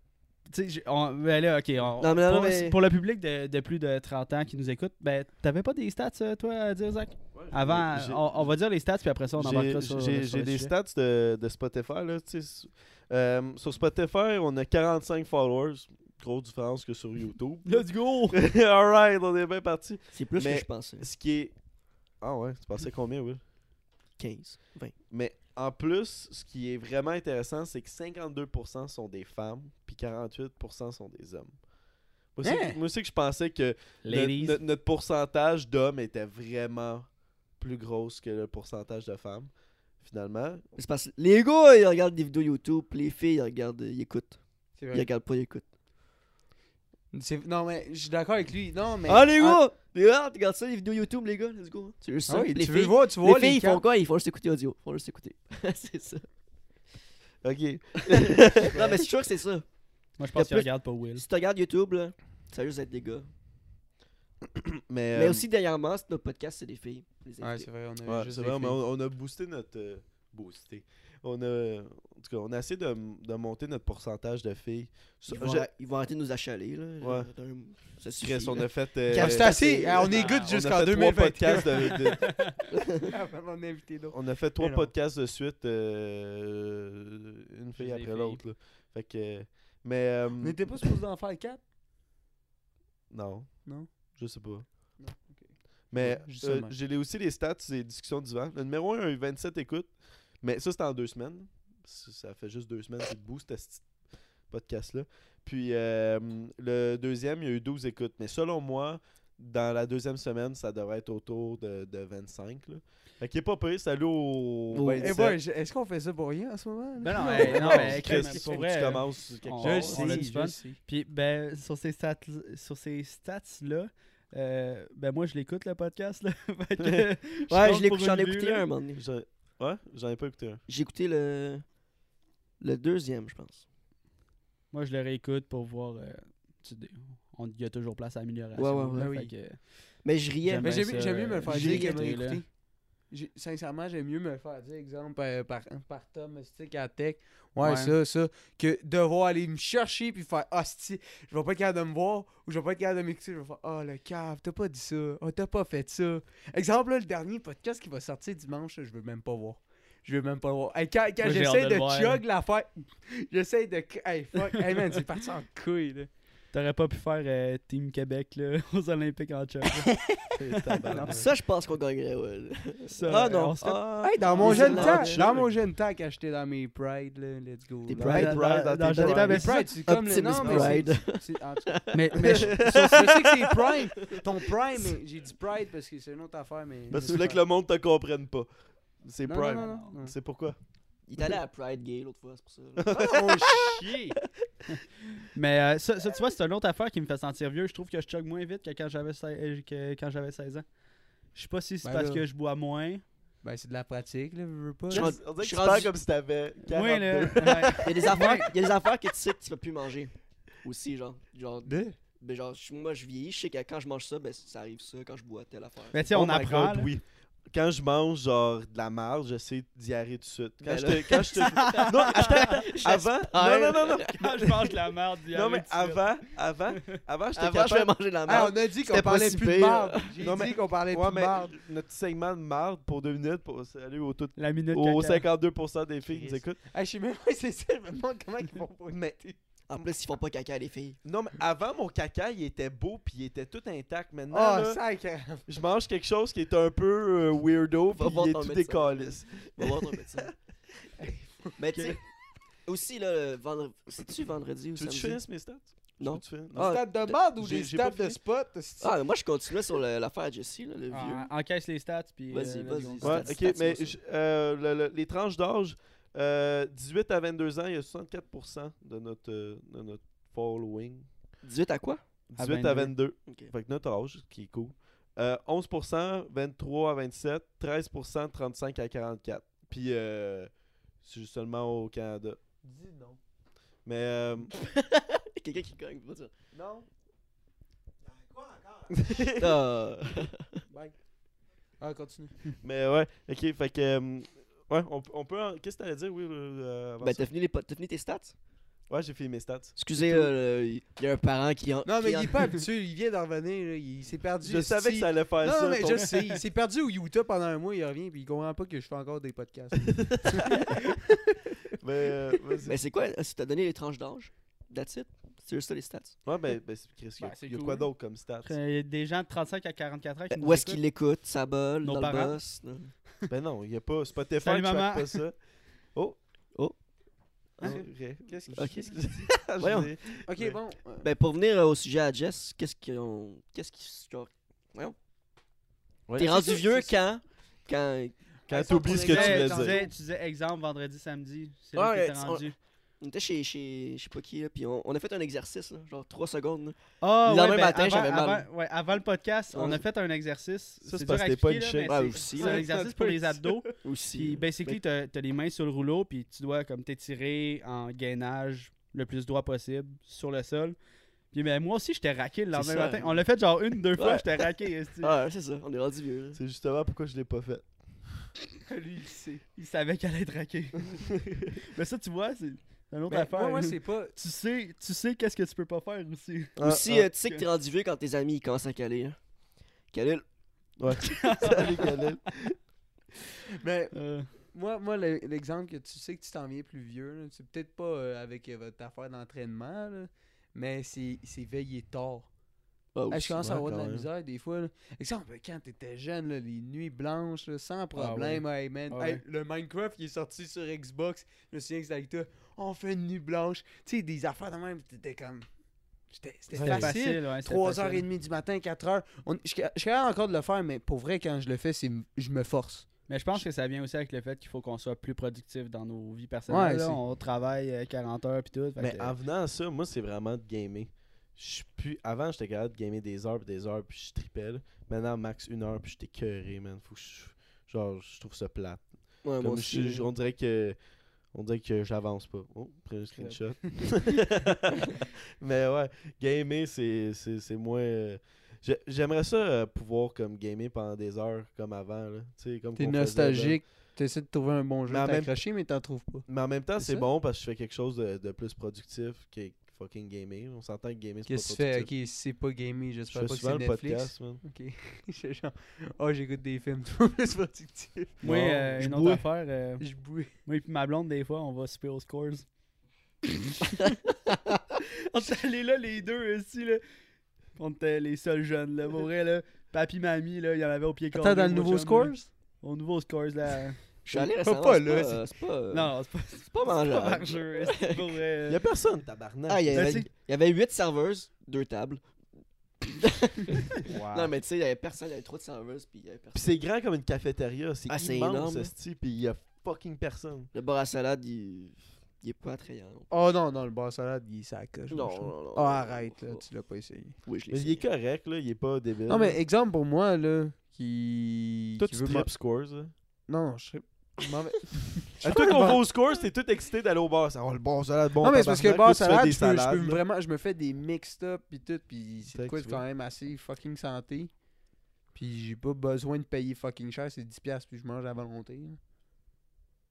[SPEAKER 3] Tu sais, j'ai- on- ben là, OK, on-
[SPEAKER 2] Non, mais non,
[SPEAKER 3] pour,
[SPEAKER 2] mais-
[SPEAKER 3] pour le public de, de plus de 30 ans qui nous écoute, ben, t'avais pas des stats, euh, toi, à dire, Zach? Avant,
[SPEAKER 1] J'ai-
[SPEAKER 3] on, on va dire les stats, puis après ça, on
[SPEAKER 1] J'ai-
[SPEAKER 3] embarquera sur
[SPEAKER 1] J'ai
[SPEAKER 3] sur
[SPEAKER 1] j'ai
[SPEAKER 3] le
[SPEAKER 1] des
[SPEAKER 3] sujet.
[SPEAKER 1] stats de, de Spotify. Là, tu sais, s- euh, sur Spotify, on a 45 followers. Grosse différence que sur YouTube.
[SPEAKER 3] Let's go!
[SPEAKER 1] Alright, on est bien parti.
[SPEAKER 2] C'est plus
[SPEAKER 1] Mais-
[SPEAKER 2] que je pensais.
[SPEAKER 1] Ce qui est. Ah ouais, tu pensais combien, Will
[SPEAKER 2] 15, 20.
[SPEAKER 1] Mais en plus, ce qui est vraiment intéressant, c'est que 52% sont des femmes, puis 48% sont des hommes. Moi, c'est
[SPEAKER 4] Hein?
[SPEAKER 1] moi, c'est que je pensais que le-
[SPEAKER 3] Ladies.
[SPEAKER 1] notre- notre pourcentage d'hommes était vraiment plus grosse que le pourcentage de femmes. Finalement,
[SPEAKER 2] C'est parce que les gars, ils regardent des vidéos YouTube, les filles, ils regardent, euh, ils écoutent.
[SPEAKER 4] C'est
[SPEAKER 2] Ils
[SPEAKER 4] vrai.
[SPEAKER 2] regardent pas, ils écoutent.
[SPEAKER 4] C'est- Non, mais je suis d'accord avec lui. Non, mais.
[SPEAKER 2] Ah, les
[SPEAKER 4] Ah,
[SPEAKER 2] gars! Les gars, regarde ça, les vidéos YouTube, les gars, let's go. hein. C'est juste
[SPEAKER 4] ah
[SPEAKER 2] ça.
[SPEAKER 4] oui,
[SPEAKER 2] les
[SPEAKER 4] tu veux
[SPEAKER 2] filles,
[SPEAKER 4] voir, tu
[SPEAKER 2] les
[SPEAKER 4] vois,
[SPEAKER 2] filles, ils font
[SPEAKER 4] quatre-
[SPEAKER 2] quoi? Ils font juste écouter audio. Ils font juste écouter. c'est ça.
[SPEAKER 1] ok.
[SPEAKER 2] Non, mais je suis sûr que c'est ça.
[SPEAKER 3] Moi, je
[SPEAKER 2] Y a
[SPEAKER 3] pense qu'il
[SPEAKER 2] plus-
[SPEAKER 3] regarde pas Will.
[SPEAKER 2] Si tu regardes YouTube, là, ça va juste être des gars.
[SPEAKER 1] Mais,
[SPEAKER 2] Mais
[SPEAKER 1] euh,
[SPEAKER 2] aussi, dernièrement, c'est notre podcast, c'est des filles. Les
[SPEAKER 4] Ouais,
[SPEAKER 2] invités.
[SPEAKER 4] c'est vrai, on
[SPEAKER 1] Ouais,
[SPEAKER 4] a juste
[SPEAKER 1] c'est
[SPEAKER 4] des
[SPEAKER 1] vrai, mais
[SPEAKER 4] filles.
[SPEAKER 1] on, on a boosté notre. euh, boosté. On a. En tout cas, on a essayé de, de monter notre pourcentage de filles.
[SPEAKER 2] ils,
[SPEAKER 1] Sur-
[SPEAKER 2] vont
[SPEAKER 1] je-
[SPEAKER 2] arr- ils vont arrêter de nous achaler. Là,
[SPEAKER 1] Ouais.
[SPEAKER 2] Genre, Ça suffit.
[SPEAKER 1] Chris, on
[SPEAKER 2] là.
[SPEAKER 1] a fait. euh,
[SPEAKER 2] Quand
[SPEAKER 4] C'est
[SPEAKER 2] euh,
[SPEAKER 4] assez, hein, ah,
[SPEAKER 2] euh,
[SPEAKER 4] on est
[SPEAKER 1] Ah, on
[SPEAKER 4] good
[SPEAKER 1] a
[SPEAKER 4] jusqu'en
[SPEAKER 1] fait trois
[SPEAKER 4] 2020.
[SPEAKER 1] podcasts de- Mm. de-
[SPEAKER 4] Ah, on a invité d'autres.
[SPEAKER 1] on a fait trois
[SPEAKER 3] non.
[SPEAKER 1] podcasts de suite, euh, une fille
[SPEAKER 3] des
[SPEAKER 1] après
[SPEAKER 3] filles.
[SPEAKER 1] l'autre. là. Fait que. Mais. euh,
[SPEAKER 4] On n'était pas supposé en faire 4
[SPEAKER 1] Non.
[SPEAKER 4] Non?
[SPEAKER 1] Je sais pas. Mais
[SPEAKER 4] Ouais, juste
[SPEAKER 1] euh,
[SPEAKER 4] le même.
[SPEAKER 1] j'ai les- aussi les stats des discussions du vent. Le numéro 1 a eu 27 écoutes. Mais ça, c'était en deux semaines. Ça ça fait juste deux semaines que le boost à ce petit podcast-là. Puis euh, le deuxième, il y a eu 12 écoutes. Mais selon moi, dans la deuxième semaine, ça devrait être autour de, de 25. Là. Fait qu'il est pas payé. Salut au
[SPEAKER 2] Oh.
[SPEAKER 4] Eh
[SPEAKER 1] 27.
[SPEAKER 4] ben, je- est-ce qu'on fait ça pour rien en ce moment? là?
[SPEAKER 3] Ben non, mais- non, mais
[SPEAKER 1] Chris,
[SPEAKER 3] Chris,
[SPEAKER 1] faut
[SPEAKER 3] pour
[SPEAKER 1] que
[SPEAKER 3] vrai,
[SPEAKER 1] tu
[SPEAKER 3] euh,
[SPEAKER 1] commences quelque part.
[SPEAKER 3] on-
[SPEAKER 4] Je le
[SPEAKER 3] on a
[SPEAKER 4] sais,
[SPEAKER 3] du
[SPEAKER 4] je
[SPEAKER 3] fun.
[SPEAKER 4] le sais.
[SPEAKER 3] Puis, ben, sur ces stats, sur ces stats là, ben moi, je l'écoute le podcast là. Fait que, je
[SPEAKER 2] Ouais,
[SPEAKER 3] compte
[SPEAKER 2] je l'écoute-
[SPEAKER 3] pour
[SPEAKER 2] j'en ai
[SPEAKER 3] une vue,
[SPEAKER 2] écouté
[SPEAKER 3] là.
[SPEAKER 2] un, un moment donné.
[SPEAKER 1] J'en- Ouais, j'en ai pas écouté un.
[SPEAKER 2] J'ai écouté le... le deuxième, je pense.
[SPEAKER 3] Moi, je le réécoute pour voir. euh, tu sais, on- Il y a toujours place à amélioration.
[SPEAKER 2] Ouais, ouais,
[SPEAKER 3] là,
[SPEAKER 4] ouais,
[SPEAKER 3] fait
[SPEAKER 4] oui.
[SPEAKER 3] que-
[SPEAKER 2] Mais je riais.
[SPEAKER 3] J'aime
[SPEAKER 4] Mais
[SPEAKER 3] bien
[SPEAKER 4] Ah ben, j'aime
[SPEAKER 3] ça,
[SPEAKER 4] j'aime mieux me
[SPEAKER 3] euh,
[SPEAKER 4] le faire
[SPEAKER 2] j'ai
[SPEAKER 4] dire que
[SPEAKER 2] regardé,
[SPEAKER 4] me l'écouter. j'ai- sincèrement, j'aime mieux me le faire dire, exemple, euh, par, par Tom, stick à Tech. Ouais,
[SPEAKER 3] Ouais.
[SPEAKER 4] ça, ça, que devoir aller me chercher puis faire hostie, je vais pas être capable de me voir ou je vais pas être capable de m'écouter. Je vais faire, oh le cave, t'as pas dit ça, oh t'as pas fait ça. Exemple, là, le dernier podcast qui va sortir dimanche, je veux même pas voir. Je veux même pas le voir. Hey, quand quand
[SPEAKER 3] Moi, j'ai hâte
[SPEAKER 4] j'essaie
[SPEAKER 3] de
[SPEAKER 4] de,
[SPEAKER 3] le voir, là.
[SPEAKER 4] chug l'affaire, j'essaie de. Hey fuck, hey man, c'est parti en couille là.
[SPEAKER 3] T'aurais pas pu faire euh, Team Québec là, aux Olympiques en Chuck. là.
[SPEAKER 1] Tabarnak.
[SPEAKER 2] Ça, je pense qu'on gagnerait, ouais. là.
[SPEAKER 3] Ça, euh,
[SPEAKER 2] ah non.
[SPEAKER 3] on serait-
[SPEAKER 2] ah.
[SPEAKER 4] Hey, dans mon
[SPEAKER 2] Les
[SPEAKER 4] jeune temps,
[SPEAKER 2] Irlandais.
[SPEAKER 4] dans mon jeune temps, quand j'étais dans mes Pride, là, let's go.
[SPEAKER 2] Tes
[SPEAKER 4] là.
[SPEAKER 2] Pride,
[SPEAKER 3] dans-
[SPEAKER 1] Pride,
[SPEAKER 3] dans-
[SPEAKER 1] dans tes Pride.
[SPEAKER 3] dans- dans-
[SPEAKER 4] Mais
[SPEAKER 3] mais ça-
[SPEAKER 4] Pride, c'est comme le
[SPEAKER 2] Optimus
[SPEAKER 4] nom, mais
[SPEAKER 2] Pride.
[SPEAKER 4] c'est- c'est- en tout cas,
[SPEAKER 3] Mais,
[SPEAKER 4] mais
[SPEAKER 3] mais
[SPEAKER 4] je, je sais que c'est Pride. Ton Pride, mais j'ai dit Pride parce que Ben, c'est une autre affaire, mais.
[SPEAKER 1] Parce que tu voulais que le monde te comprenne pas. C'est
[SPEAKER 4] Non,
[SPEAKER 1] Prime.
[SPEAKER 4] non, non, non, non.
[SPEAKER 1] C'est pourquoi.
[SPEAKER 2] Il est allé à Pride Gay l'autre fois, c'est pour ça. là.
[SPEAKER 3] mais, euh, ça, ça, tu vois, c'est une autre affaire qui me fait sentir vieux. Je trouve que je chug moins vite que quand j'avais 16, que quand j'avais 16 ans. Je sais pas si c'est
[SPEAKER 4] Ben
[SPEAKER 3] parce
[SPEAKER 4] là.
[SPEAKER 3] que je bois moins.
[SPEAKER 4] Ben, c'est de la pratique, là, je veux pas.
[SPEAKER 2] Je
[SPEAKER 1] On
[SPEAKER 2] rends-
[SPEAKER 1] dirait que
[SPEAKER 2] je
[SPEAKER 1] tu
[SPEAKER 2] rendu-
[SPEAKER 1] parles comme si t'avais 42.
[SPEAKER 3] Oui, là. ouais.
[SPEAKER 2] Il y a des affaires, il y a des affaires que tu sais que tu peux plus manger. Aussi, genre. Genre,
[SPEAKER 4] De?
[SPEAKER 2] ben, genre je- moi, je vieillis, je sais que quand je mange ça, ben, ça arrive ça. Quand je bois telle affaire.
[SPEAKER 3] Mais tu sais,
[SPEAKER 1] Oh
[SPEAKER 3] on
[SPEAKER 1] my
[SPEAKER 3] apprend.
[SPEAKER 1] God,
[SPEAKER 3] là.
[SPEAKER 1] oui. Quand je mange genre de la marge, j'essaie d'y aller tout de suite. Quand
[SPEAKER 2] Ben
[SPEAKER 1] je
[SPEAKER 2] là.
[SPEAKER 1] te- quand je te- non, Ah, attends, attends, avant. Non, non, non, non.
[SPEAKER 3] Quand je mange de la merde, j'y
[SPEAKER 1] Non,
[SPEAKER 3] arrive
[SPEAKER 1] mais
[SPEAKER 3] tout de suite.
[SPEAKER 1] avant, avant, avant, j'étais
[SPEAKER 2] Avant, je vais
[SPEAKER 1] capable.
[SPEAKER 2] manger de la
[SPEAKER 4] Ah,
[SPEAKER 2] merde.
[SPEAKER 4] on a dit qu'on
[SPEAKER 2] C'était pas
[SPEAKER 4] parlait
[SPEAKER 2] si
[SPEAKER 4] plus de
[SPEAKER 2] pire.
[SPEAKER 4] marde. J'ai
[SPEAKER 1] Non, mais-
[SPEAKER 4] dit qu'on parlait
[SPEAKER 1] Ouais,
[SPEAKER 4] plus de
[SPEAKER 1] mais
[SPEAKER 4] marde.
[SPEAKER 1] notre petit segment de marde pour deux minutes pour saluer au, tout,
[SPEAKER 3] La minute
[SPEAKER 1] au
[SPEAKER 3] caca.
[SPEAKER 1] 52% des filles qui nous
[SPEAKER 4] Christ.
[SPEAKER 1] écoutent.
[SPEAKER 4] Hey, je sais même pas, c'est ça, je me demande comment ils vont pas
[SPEAKER 1] Mais
[SPEAKER 2] En plus, ils font pas caca à les filles.
[SPEAKER 1] non, mais avant mon caca, il était beau puis il était tout intact. Maintenant,
[SPEAKER 4] Ah,
[SPEAKER 1] là,
[SPEAKER 4] sacré.
[SPEAKER 1] je mange quelque chose qui est un peu euh, weirdo
[SPEAKER 2] Va
[SPEAKER 1] puis
[SPEAKER 2] voir
[SPEAKER 1] il est
[SPEAKER 2] ton
[SPEAKER 1] tout
[SPEAKER 2] médecin.
[SPEAKER 1] décalisse.
[SPEAKER 2] Va voir ton médecin. Mais tu sais, aussi, là, vendredi. C'est-tu vendredi ou
[SPEAKER 1] Tu veux que je
[SPEAKER 2] samedi?
[SPEAKER 1] finisse mes stats?
[SPEAKER 2] Non.
[SPEAKER 1] Tu veux que tu finisses?
[SPEAKER 2] Ah,
[SPEAKER 4] Stade de marde ou
[SPEAKER 1] j'ai-
[SPEAKER 4] des
[SPEAKER 1] j'ai pas
[SPEAKER 4] stades de
[SPEAKER 1] fini.
[SPEAKER 4] spot? c'est-
[SPEAKER 2] Ah, mais moi, je continuais sur le- l'affaire Jesse, là, le vieux.
[SPEAKER 3] Ah, encaisse les stats, puis.
[SPEAKER 2] Vas-y,
[SPEAKER 3] let's
[SPEAKER 2] vas-y.
[SPEAKER 3] go.
[SPEAKER 1] Ouais,
[SPEAKER 2] Stats-
[SPEAKER 1] ok,
[SPEAKER 2] stats,
[SPEAKER 1] mais
[SPEAKER 2] moi, ça.
[SPEAKER 1] je- euh, le- le- les tranches d'âge, euh, 18 à 22 ans, il y a 64% de notre, euh, de notre following.
[SPEAKER 2] 18 à quoi?
[SPEAKER 1] 18 à 22.
[SPEAKER 2] Ok.
[SPEAKER 1] Fait que notre âge, ce qui est cool. Euh, 11%, 23 à 27, 13%, 35 à 44. Puis, euh, c'est juste seulement au Canada.
[SPEAKER 4] Dis non.
[SPEAKER 1] Mais, euh,
[SPEAKER 2] Quelqu'un qui cogne, pas ça.
[SPEAKER 4] Non? Quoi encore?
[SPEAKER 2] Ah.
[SPEAKER 4] Bye. Ah, continue.
[SPEAKER 1] mais ouais, ok, fait que. euh, ouais, on, on peut. en- Qu'est-ce que t'allais dire, oui, euh, avant
[SPEAKER 2] Ben,
[SPEAKER 1] ça?
[SPEAKER 2] t'as fini, les po- t'as fini tes stats?
[SPEAKER 1] Ouais, j'ai fait mes stats.
[SPEAKER 2] Excusez, euh,
[SPEAKER 1] C'est tout.
[SPEAKER 2] il y a un parent qui... En,
[SPEAKER 4] Non, mais
[SPEAKER 2] qui en-
[SPEAKER 4] il est pas habitué, il vient d'en revenir, là, il s'est perdu.
[SPEAKER 1] Je savais que
[SPEAKER 4] Si-
[SPEAKER 1] ça allait faire
[SPEAKER 4] Non,
[SPEAKER 1] ça.
[SPEAKER 4] non, mais
[SPEAKER 1] ton-
[SPEAKER 4] je sais, il s'est perdu au Utah pendant un mois, il revient, puis il comprend pas que je fais encore des podcasts.
[SPEAKER 1] Mais, euh, vas-y.
[SPEAKER 2] Mais c'est quoi? euh, Si t'as donné les tranches d'âge? That's it? C'est juste ça, les stats?
[SPEAKER 1] Ouais, ben, ben c'est Chris, il
[SPEAKER 3] Ben, c'est
[SPEAKER 1] y a
[SPEAKER 3] cool.
[SPEAKER 1] quoi d'autre comme stats?
[SPEAKER 3] Euh, il y a des gens de 35 à 44 ans qui
[SPEAKER 2] Ben,
[SPEAKER 3] nous
[SPEAKER 2] où est-ce
[SPEAKER 3] écoutent.
[SPEAKER 2] qu'il l'écoute? Sa balle?
[SPEAKER 3] Nos
[SPEAKER 2] dans
[SPEAKER 3] parents.
[SPEAKER 2] le boss? non?
[SPEAKER 1] ben non, il y a pas Spotify
[SPEAKER 3] Salut,
[SPEAKER 1] Salut,
[SPEAKER 3] maman.
[SPEAKER 1] pas ça. Oh!
[SPEAKER 2] Oh.
[SPEAKER 1] Ah,
[SPEAKER 4] Hein?
[SPEAKER 1] ok. Qu'est-ce que
[SPEAKER 2] Ok.
[SPEAKER 1] qu'est-ce que- Je
[SPEAKER 2] Voyons.
[SPEAKER 1] l'ai-
[SPEAKER 4] ok,
[SPEAKER 1] Ouais.
[SPEAKER 4] bon. euh,
[SPEAKER 2] Ben, pour venir euh, au sujet à Jess, qu'est-ce qu'on... Qu'est-ce qui... genre- Voyons.
[SPEAKER 1] Ouais.
[SPEAKER 2] T'es rendu
[SPEAKER 4] C'est ça,
[SPEAKER 2] vieux
[SPEAKER 4] c'est
[SPEAKER 2] quand... Quand...
[SPEAKER 1] Quand
[SPEAKER 4] ça,
[SPEAKER 1] t'oublies
[SPEAKER 4] pour
[SPEAKER 1] ce que
[SPEAKER 3] Tu
[SPEAKER 1] tu
[SPEAKER 4] les gens,
[SPEAKER 1] voulais
[SPEAKER 3] disais, tu
[SPEAKER 1] dire.
[SPEAKER 3] disais- tu disais exemple vendredi, samedi. C'est
[SPEAKER 2] Ouais,
[SPEAKER 3] là que t'es
[SPEAKER 2] ouais,
[SPEAKER 3] rendu.
[SPEAKER 2] On était chez, chez je sais pas qui, là, puis on, on a fait un exercice, là, genre 3 secondes. là.
[SPEAKER 3] Ah,
[SPEAKER 2] Le
[SPEAKER 3] ouais,
[SPEAKER 2] lendemain
[SPEAKER 3] ben,
[SPEAKER 2] matin,
[SPEAKER 3] avant-
[SPEAKER 2] j'avais mal.
[SPEAKER 3] Avant, ouais, avant le podcast, on a
[SPEAKER 2] Ouais.
[SPEAKER 3] fait un exercice.
[SPEAKER 1] Ça, c'est
[SPEAKER 3] dur
[SPEAKER 1] parce
[SPEAKER 3] à
[SPEAKER 1] que t'es pas
[SPEAKER 3] expliquer,
[SPEAKER 1] une
[SPEAKER 3] là, mais
[SPEAKER 2] shape. Ouais,
[SPEAKER 3] Ben, c'est-
[SPEAKER 2] ah, aussi,
[SPEAKER 3] C'est un
[SPEAKER 2] ouais.
[SPEAKER 3] exercice pour les abdos.
[SPEAKER 2] Aussi.
[SPEAKER 3] Puis, basically,
[SPEAKER 2] Mais-
[SPEAKER 3] t'as t'as les mains sur le rouleau, puis tu dois comme t'étirer en gainage le plus droit possible sur le sol. Puis, ben, moi aussi, j'étais raqué le
[SPEAKER 2] C'est
[SPEAKER 3] lendemain
[SPEAKER 2] ça.
[SPEAKER 3] matin. On l'a fait genre une, deux fois,
[SPEAKER 2] Ouais.
[SPEAKER 3] j'étais raqué. esti.
[SPEAKER 2] Ah, c'est ça, on est rendu vieux. là.
[SPEAKER 1] C'est justement pourquoi je l'ai pas fait.
[SPEAKER 4] Lui, il sait.
[SPEAKER 3] Il savait qu'elle allait être raquée. mais ça, tu vois, c'est c'est une autre
[SPEAKER 4] Ben,
[SPEAKER 3] affaire.
[SPEAKER 4] moi, moi, c'est pas.
[SPEAKER 3] tu sais, tu sais qu'est-ce que tu peux pas faire aussi.
[SPEAKER 1] Ah,
[SPEAKER 2] Aussi,
[SPEAKER 1] ah,
[SPEAKER 2] euh, tu sais que t'es rendu vieux quand tes amis ils commencent à caler. hein. là. Caler,
[SPEAKER 1] Salut, Khalil.
[SPEAKER 4] Mais
[SPEAKER 3] Euh,
[SPEAKER 4] moi, moi le- l'exemple que tu sais que tu t'en viens plus vieux, là, c'est peut-être pas euh, avec euh, votre affaire d'entraînement, là, mais c'est c'est veiller tard.
[SPEAKER 2] ah,
[SPEAKER 4] Ah,
[SPEAKER 2] aussi.
[SPEAKER 4] je commence à
[SPEAKER 1] ouais,
[SPEAKER 4] avoir de
[SPEAKER 1] quand
[SPEAKER 4] la
[SPEAKER 1] même.
[SPEAKER 4] misère des fois. là. Exemple, euh, quand t'étais jeune, là, les nuits blanches, là, sans problème, hey, man.
[SPEAKER 3] Ah
[SPEAKER 4] Hey,
[SPEAKER 3] ouais.
[SPEAKER 4] le Minecraft qui est sorti sur Xbox, je me souviens que c'était avec toi. On fait une nuit blanche. Tu sais, des affaires de même, t'étais comme. C'était c'était
[SPEAKER 1] C'était
[SPEAKER 4] facile.
[SPEAKER 3] ouais, c'était
[SPEAKER 4] 3h30 du matin, 4h. On... Je suis ca- je suis capable encore de le faire, mais pour vrai, quand je le fais, c'est m- je me force.
[SPEAKER 3] Mais je pense que ça vient aussi avec le fait qu'il faut qu'on soit plus productif dans nos vies personnelles.
[SPEAKER 4] Ouais,
[SPEAKER 3] là.
[SPEAKER 4] c'est-
[SPEAKER 3] on travaille euh, 40 heures puis tout. fait
[SPEAKER 1] Mais
[SPEAKER 3] que-
[SPEAKER 1] en venant à ça, moi, c'est vraiment de gamer. Je suis plus... Avant, j'étais capable de gamer des heures, pis des heures, puis je tripais. là. Maintenant, max une heure, puis j'étais curé, man. Faut que je... Genre, je trouve ça plate.
[SPEAKER 2] Ouais, moi
[SPEAKER 1] Comme
[SPEAKER 2] aussi, hein.
[SPEAKER 1] je- je-
[SPEAKER 2] là.
[SPEAKER 1] on dirait que on dirait que j'avance pas. Oh, prenez un screenshot. mais ouais, gamer c'est c'est c'est moins euh, J'ai- J'aimerais ça euh, pouvoir comme gamer pendant des heures comme avant. là. Tu sais, comme
[SPEAKER 4] T'es
[SPEAKER 1] qu'on faisait, ben, là.
[SPEAKER 4] nostalgique, t'essaies de trouver un bon jeu
[SPEAKER 1] Mais en
[SPEAKER 4] à
[SPEAKER 1] même-
[SPEAKER 4] t'accrocher, mais t'en trouves pas.
[SPEAKER 1] Mais en même temps,
[SPEAKER 4] C'est
[SPEAKER 1] c'est
[SPEAKER 4] ça.
[SPEAKER 1] bon parce que je fais quelque chose de, de plus productif que fucking gamer. On s'entend que gamer, c'est pas
[SPEAKER 4] Qu'est-ce que tu
[SPEAKER 1] productif.
[SPEAKER 4] fais? Ok, c'est pas gaming,
[SPEAKER 1] Je
[SPEAKER 4] j'espère
[SPEAKER 1] fais
[SPEAKER 4] pas que
[SPEAKER 1] souvent
[SPEAKER 4] c'est
[SPEAKER 1] le
[SPEAKER 4] Netflix.
[SPEAKER 1] podcast, man.
[SPEAKER 4] Ok, j'étais genre, oh j'écoute des films, tout plus productif.
[SPEAKER 3] Moi,
[SPEAKER 1] Non,
[SPEAKER 3] euh,
[SPEAKER 1] je
[SPEAKER 3] une autre
[SPEAKER 1] bois.
[SPEAKER 3] affaire, euh,
[SPEAKER 4] Je bouille.
[SPEAKER 3] moi et puis ma blonde, des fois, on va super aux scores. on est allés là, les deux, aussi, là. On était les seuls jeunes, là. Pour vrai, là, papy, mamie, là, il y en avait au pied
[SPEAKER 4] Attends,
[SPEAKER 3] carré,
[SPEAKER 4] dans le
[SPEAKER 3] moi,
[SPEAKER 4] nouveau
[SPEAKER 3] chum, là.
[SPEAKER 4] scores?
[SPEAKER 3] Au nouveau scores, là.
[SPEAKER 2] Je suis allé
[SPEAKER 4] Pas
[SPEAKER 2] récemment.
[SPEAKER 4] pas
[SPEAKER 2] c'est
[SPEAKER 4] là,
[SPEAKER 2] pas, euh, C'est pas. euh,
[SPEAKER 3] non, c'est pas,
[SPEAKER 2] C'est pas
[SPEAKER 3] pas
[SPEAKER 2] mangeable.
[SPEAKER 3] margeux, c'est pour vrai.
[SPEAKER 1] Y'a personne, tabarnak.
[SPEAKER 2] Ah, il y,
[SPEAKER 3] Ben,
[SPEAKER 2] avait,
[SPEAKER 3] tu sais-
[SPEAKER 2] il y avait 8 serveuses, 2 tables.
[SPEAKER 4] Wow.
[SPEAKER 2] Non, mais tu sais, il y avait personne, il y avait trop de serveuses, puis il y avait
[SPEAKER 1] Puis
[SPEAKER 2] personne.
[SPEAKER 1] c'est grand comme une cafétéria. C'est
[SPEAKER 2] Ah, c'est
[SPEAKER 1] immense,
[SPEAKER 2] énorme.
[SPEAKER 1] ce Puis y a fucking personne.
[SPEAKER 2] Le bar à salade, il, il est pas attrayant.
[SPEAKER 4] Oh non, non, le bar salade, il s'accroche.
[SPEAKER 2] Non, non, non.
[SPEAKER 4] Oh, arrête, là,
[SPEAKER 2] non.
[SPEAKER 4] tu l'as pas essayé.
[SPEAKER 2] Oui, je l'ai
[SPEAKER 1] Mais il est
[SPEAKER 2] essayé.
[SPEAKER 1] correct, là. Il est pas débile.
[SPEAKER 4] Non, mais exemple pour moi, là, qui.
[SPEAKER 1] Toi,
[SPEAKER 4] qui
[SPEAKER 1] tu
[SPEAKER 4] veut
[SPEAKER 1] tripes scores, là.
[SPEAKER 4] ma- Non, non, je serais. je m'en vais-
[SPEAKER 1] À
[SPEAKER 4] pas
[SPEAKER 1] toi
[SPEAKER 4] le
[SPEAKER 1] qu'on
[SPEAKER 4] bon-
[SPEAKER 1] va au scores, t'es tout excité d'aller au bar. Ça, Oh, le bar salade, bon.
[SPEAKER 4] non, mais c'est parce que le
[SPEAKER 1] tabarnak, là,
[SPEAKER 4] bar
[SPEAKER 1] tu fais des
[SPEAKER 4] salade, je peux, je
[SPEAKER 1] salades,
[SPEAKER 4] peux
[SPEAKER 1] là.
[SPEAKER 4] vraiment. Je me fais des mixed-up pis tout, pis
[SPEAKER 1] Fait
[SPEAKER 4] c'est
[SPEAKER 1] que
[SPEAKER 4] quoi
[SPEAKER 1] tu
[SPEAKER 4] quand même assez fucking santé. Pis j'ai pas besoin de payer fucking cher, c'est 10$ puis je mange à volonté. là.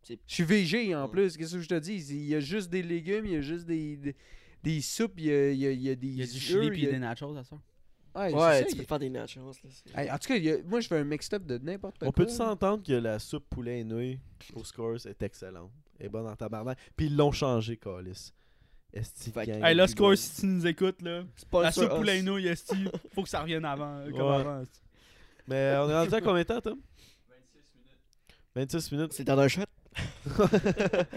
[SPEAKER 2] C'est-
[SPEAKER 4] Je suis végé en
[SPEAKER 2] Mm.
[SPEAKER 4] plus, qu'est-ce que je te dis? Il y a juste des légumes, il y a juste des, des, des soupes, il y a, il y a- il y a des.
[SPEAKER 3] Il y a du
[SPEAKER 4] œufs,
[SPEAKER 3] chili
[SPEAKER 4] il
[SPEAKER 3] pis
[SPEAKER 4] y a-
[SPEAKER 3] des nachos, ça soir.
[SPEAKER 4] Ouais, c'est
[SPEAKER 2] Ouais,
[SPEAKER 4] ça,
[SPEAKER 2] tu
[SPEAKER 4] il y
[SPEAKER 2] peux
[SPEAKER 4] a-
[SPEAKER 2] faire des nachos. Là, c'est-
[SPEAKER 4] Hey, en tout cas, il y a- moi je fais un mixed-up de n'importe quoi.
[SPEAKER 1] On peut-tu
[SPEAKER 4] là.
[SPEAKER 1] s'entendre que la soupe poulet et nouilles pour Scores est excellente? Elle est bonne en tabarnak. Puis ils l'ont changé, Calis. Est-ce
[SPEAKER 2] Fait que-
[SPEAKER 3] Hey, là, Scores, si tu nous écoutes, là,
[SPEAKER 2] c'est pas
[SPEAKER 3] la
[SPEAKER 2] un
[SPEAKER 3] soupe
[SPEAKER 2] sur-
[SPEAKER 3] poulet et nouilles, esti, faut que ça revienne avant, euh, comme
[SPEAKER 1] Ouais.
[SPEAKER 3] avant. esti.
[SPEAKER 1] Mais on est rendu à combien de temps, Tom? 26 minutes.
[SPEAKER 2] C'est dans un shot.
[SPEAKER 1] 26 minutes.